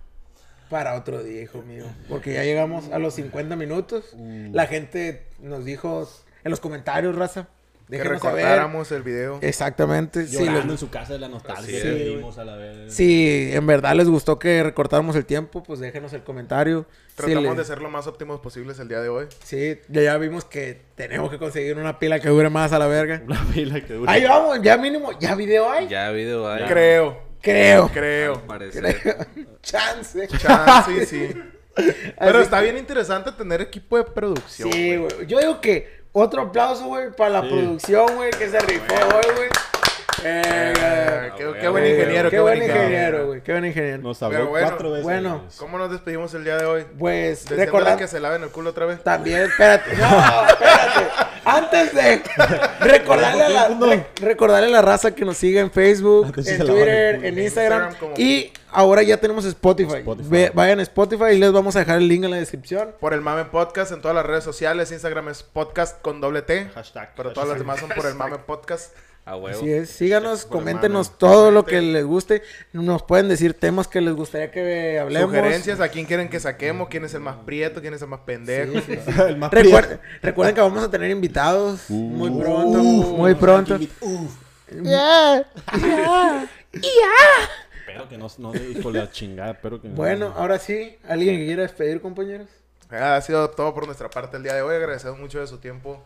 Speaker 1: para otro día, hijo mío. Porque ya llegamos a los 50 minutos.
Speaker 2: Mm.
Speaker 1: La gente nos dijo en los comentarios, raza.
Speaker 3: Que
Speaker 1: Déjenos saber.
Speaker 3: recordáramos el video.
Speaker 1: Exactamente. Si,
Speaker 2: Llorando
Speaker 1: les-
Speaker 2: en su casa de la nostalgia
Speaker 4: Así
Speaker 2: que
Speaker 1: es,
Speaker 2: vivimos a la vez.
Speaker 1: si en verdad les gustó que recortáramos el tiempo, pues déjenos el comentario. Si
Speaker 3: Tratamos
Speaker 1: le-
Speaker 3: de ser lo más óptimos posibles el día de hoy.
Speaker 1: Sí, ya, ya vimos que tenemos que conseguir una pila que dure más a la verga.
Speaker 2: La vela que dura.
Speaker 1: Ahí vamos, ya mínimo, ya video hay.
Speaker 4: Ah, Ya video hay.
Speaker 3: Creo,
Speaker 1: Creo.
Speaker 3: creo.
Speaker 4: Parece.
Speaker 1: Chance.
Speaker 3: Chan, sí, sí. Pero
Speaker 1: Así
Speaker 3: está bien interesante tener equipo de producción.
Speaker 1: Sí, güey. Yo digo que otro aplauso, güey, para la
Speaker 2: Sí.
Speaker 1: producción, güey, que se rifó hoy, güey. Eh,
Speaker 3: qué,
Speaker 4: güey,
Speaker 3: qué buen ingeniero,
Speaker 1: qué buen ingeniero,
Speaker 3: güey.
Speaker 1: güey. Qué buen ingeniero.
Speaker 2: Nos habló
Speaker 3: Pero bueno,
Speaker 2: cuatro veces.
Speaker 1: bueno.
Speaker 2: güey.
Speaker 3: ¿Cómo nos despedimos el día de hoy?
Speaker 1: Pues,
Speaker 3: Deseándole
Speaker 1: recordar
Speaker 3: que se laven el culo otra vez.
Speaker 1: también, espérate. No, espérate. Antes de recordarle a, la,
Speaker 2: Segundo.
Speaker 1: re- recordarle a la raza que nos siga en Facebook,
Speaker 2: Antes Ah, sí
Speaker 1: en
Speaker 2: se lavaron el
Speaker 1: Twitter,
Speaker 2: culo.
Speaker 1: en
Speaker 3: En
Speaker 1: Instagram.
Speaker 3: Instagram como-
Speaker 1: y ahora ya tenemos Spotify.
Speaker 2: Spotify.
Speaker 1: Ve- vayan a Spotify y les vamos a dejar el link en la descripción.
Speaker 3: Por el Mame Podcast en todas las redes sociales. Instagram es podcast con doble T.
Speaker 2: Hashtag.
Speaker 3: Pero todas las demás son por el Mame Podcast.
Speaker 4: A huevo.
Speaker 1: Así es, síganos,
Speaker 2: Por
Speaker 1: coméntenos
Speaker 2: mame.
Speaker 1: todo lo que les guste. Nos pueden decir temas que les gustaría que hablemos.
Speaker 3: Sugerencias a quién quieren que saquemos, quién es el más prieto, quién es el más pendejo.
Speaker 1: Sí, sí, sí.
Speaker 2: El más
Speaker 1: Recuer- recuerden que vamos a tener invitados muy
Speaker 2: Uh.
Speaker 1: pronto. muy pronto.
Speaker 2: Espero que no, no le dijo la chingada, espero que no.
Speaker 1: Bueno, ahora sí, ¿alguien que quiera despedir, compañeros?
Speaker 3: Pues Ha sido todo por nuestra parte el día de hoy. Agradecemos mucho de su tiempo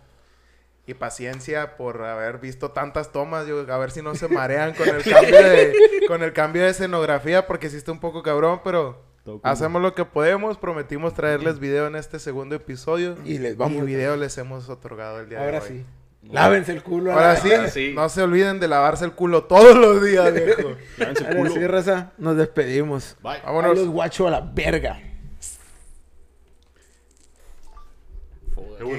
Speaker 3: y paciencia por haber visto tantas tomas. Yo, a ver si no se marean con el cambio de, con el cambio de escenografía, porque sí está un poco cabrón, pero
Speaker 2: Todo cool.
Speaker 3: hacemos lo que podemos. Prometimos traerles video en este segundo episodio.
Speaker 1: Y les
Speaker 3: Y
Speaker 1: vamos. a-
Speaker 3: video les hemos otorgado el día de hoy.
Speaker 1: Ahora sí. Lávense el culo. a
Speaker 3: Ahora
Speaker 1: la-
Speaker 3: sí,
Speaker 4: Ahora sí.
Speaker 3: no se olviden de lavarse el culo todos los días, viejo.
Speaker 2: Lávense el
Speaker 1: Ahora sí,
Speaker 2: culo.
Speaker 1: raza, nos despedimos.
Speaker 2: Bye.
Speaker 1: Ahí
Speaker 3: Vámonos.
Speaker 1: los guacho a la verga.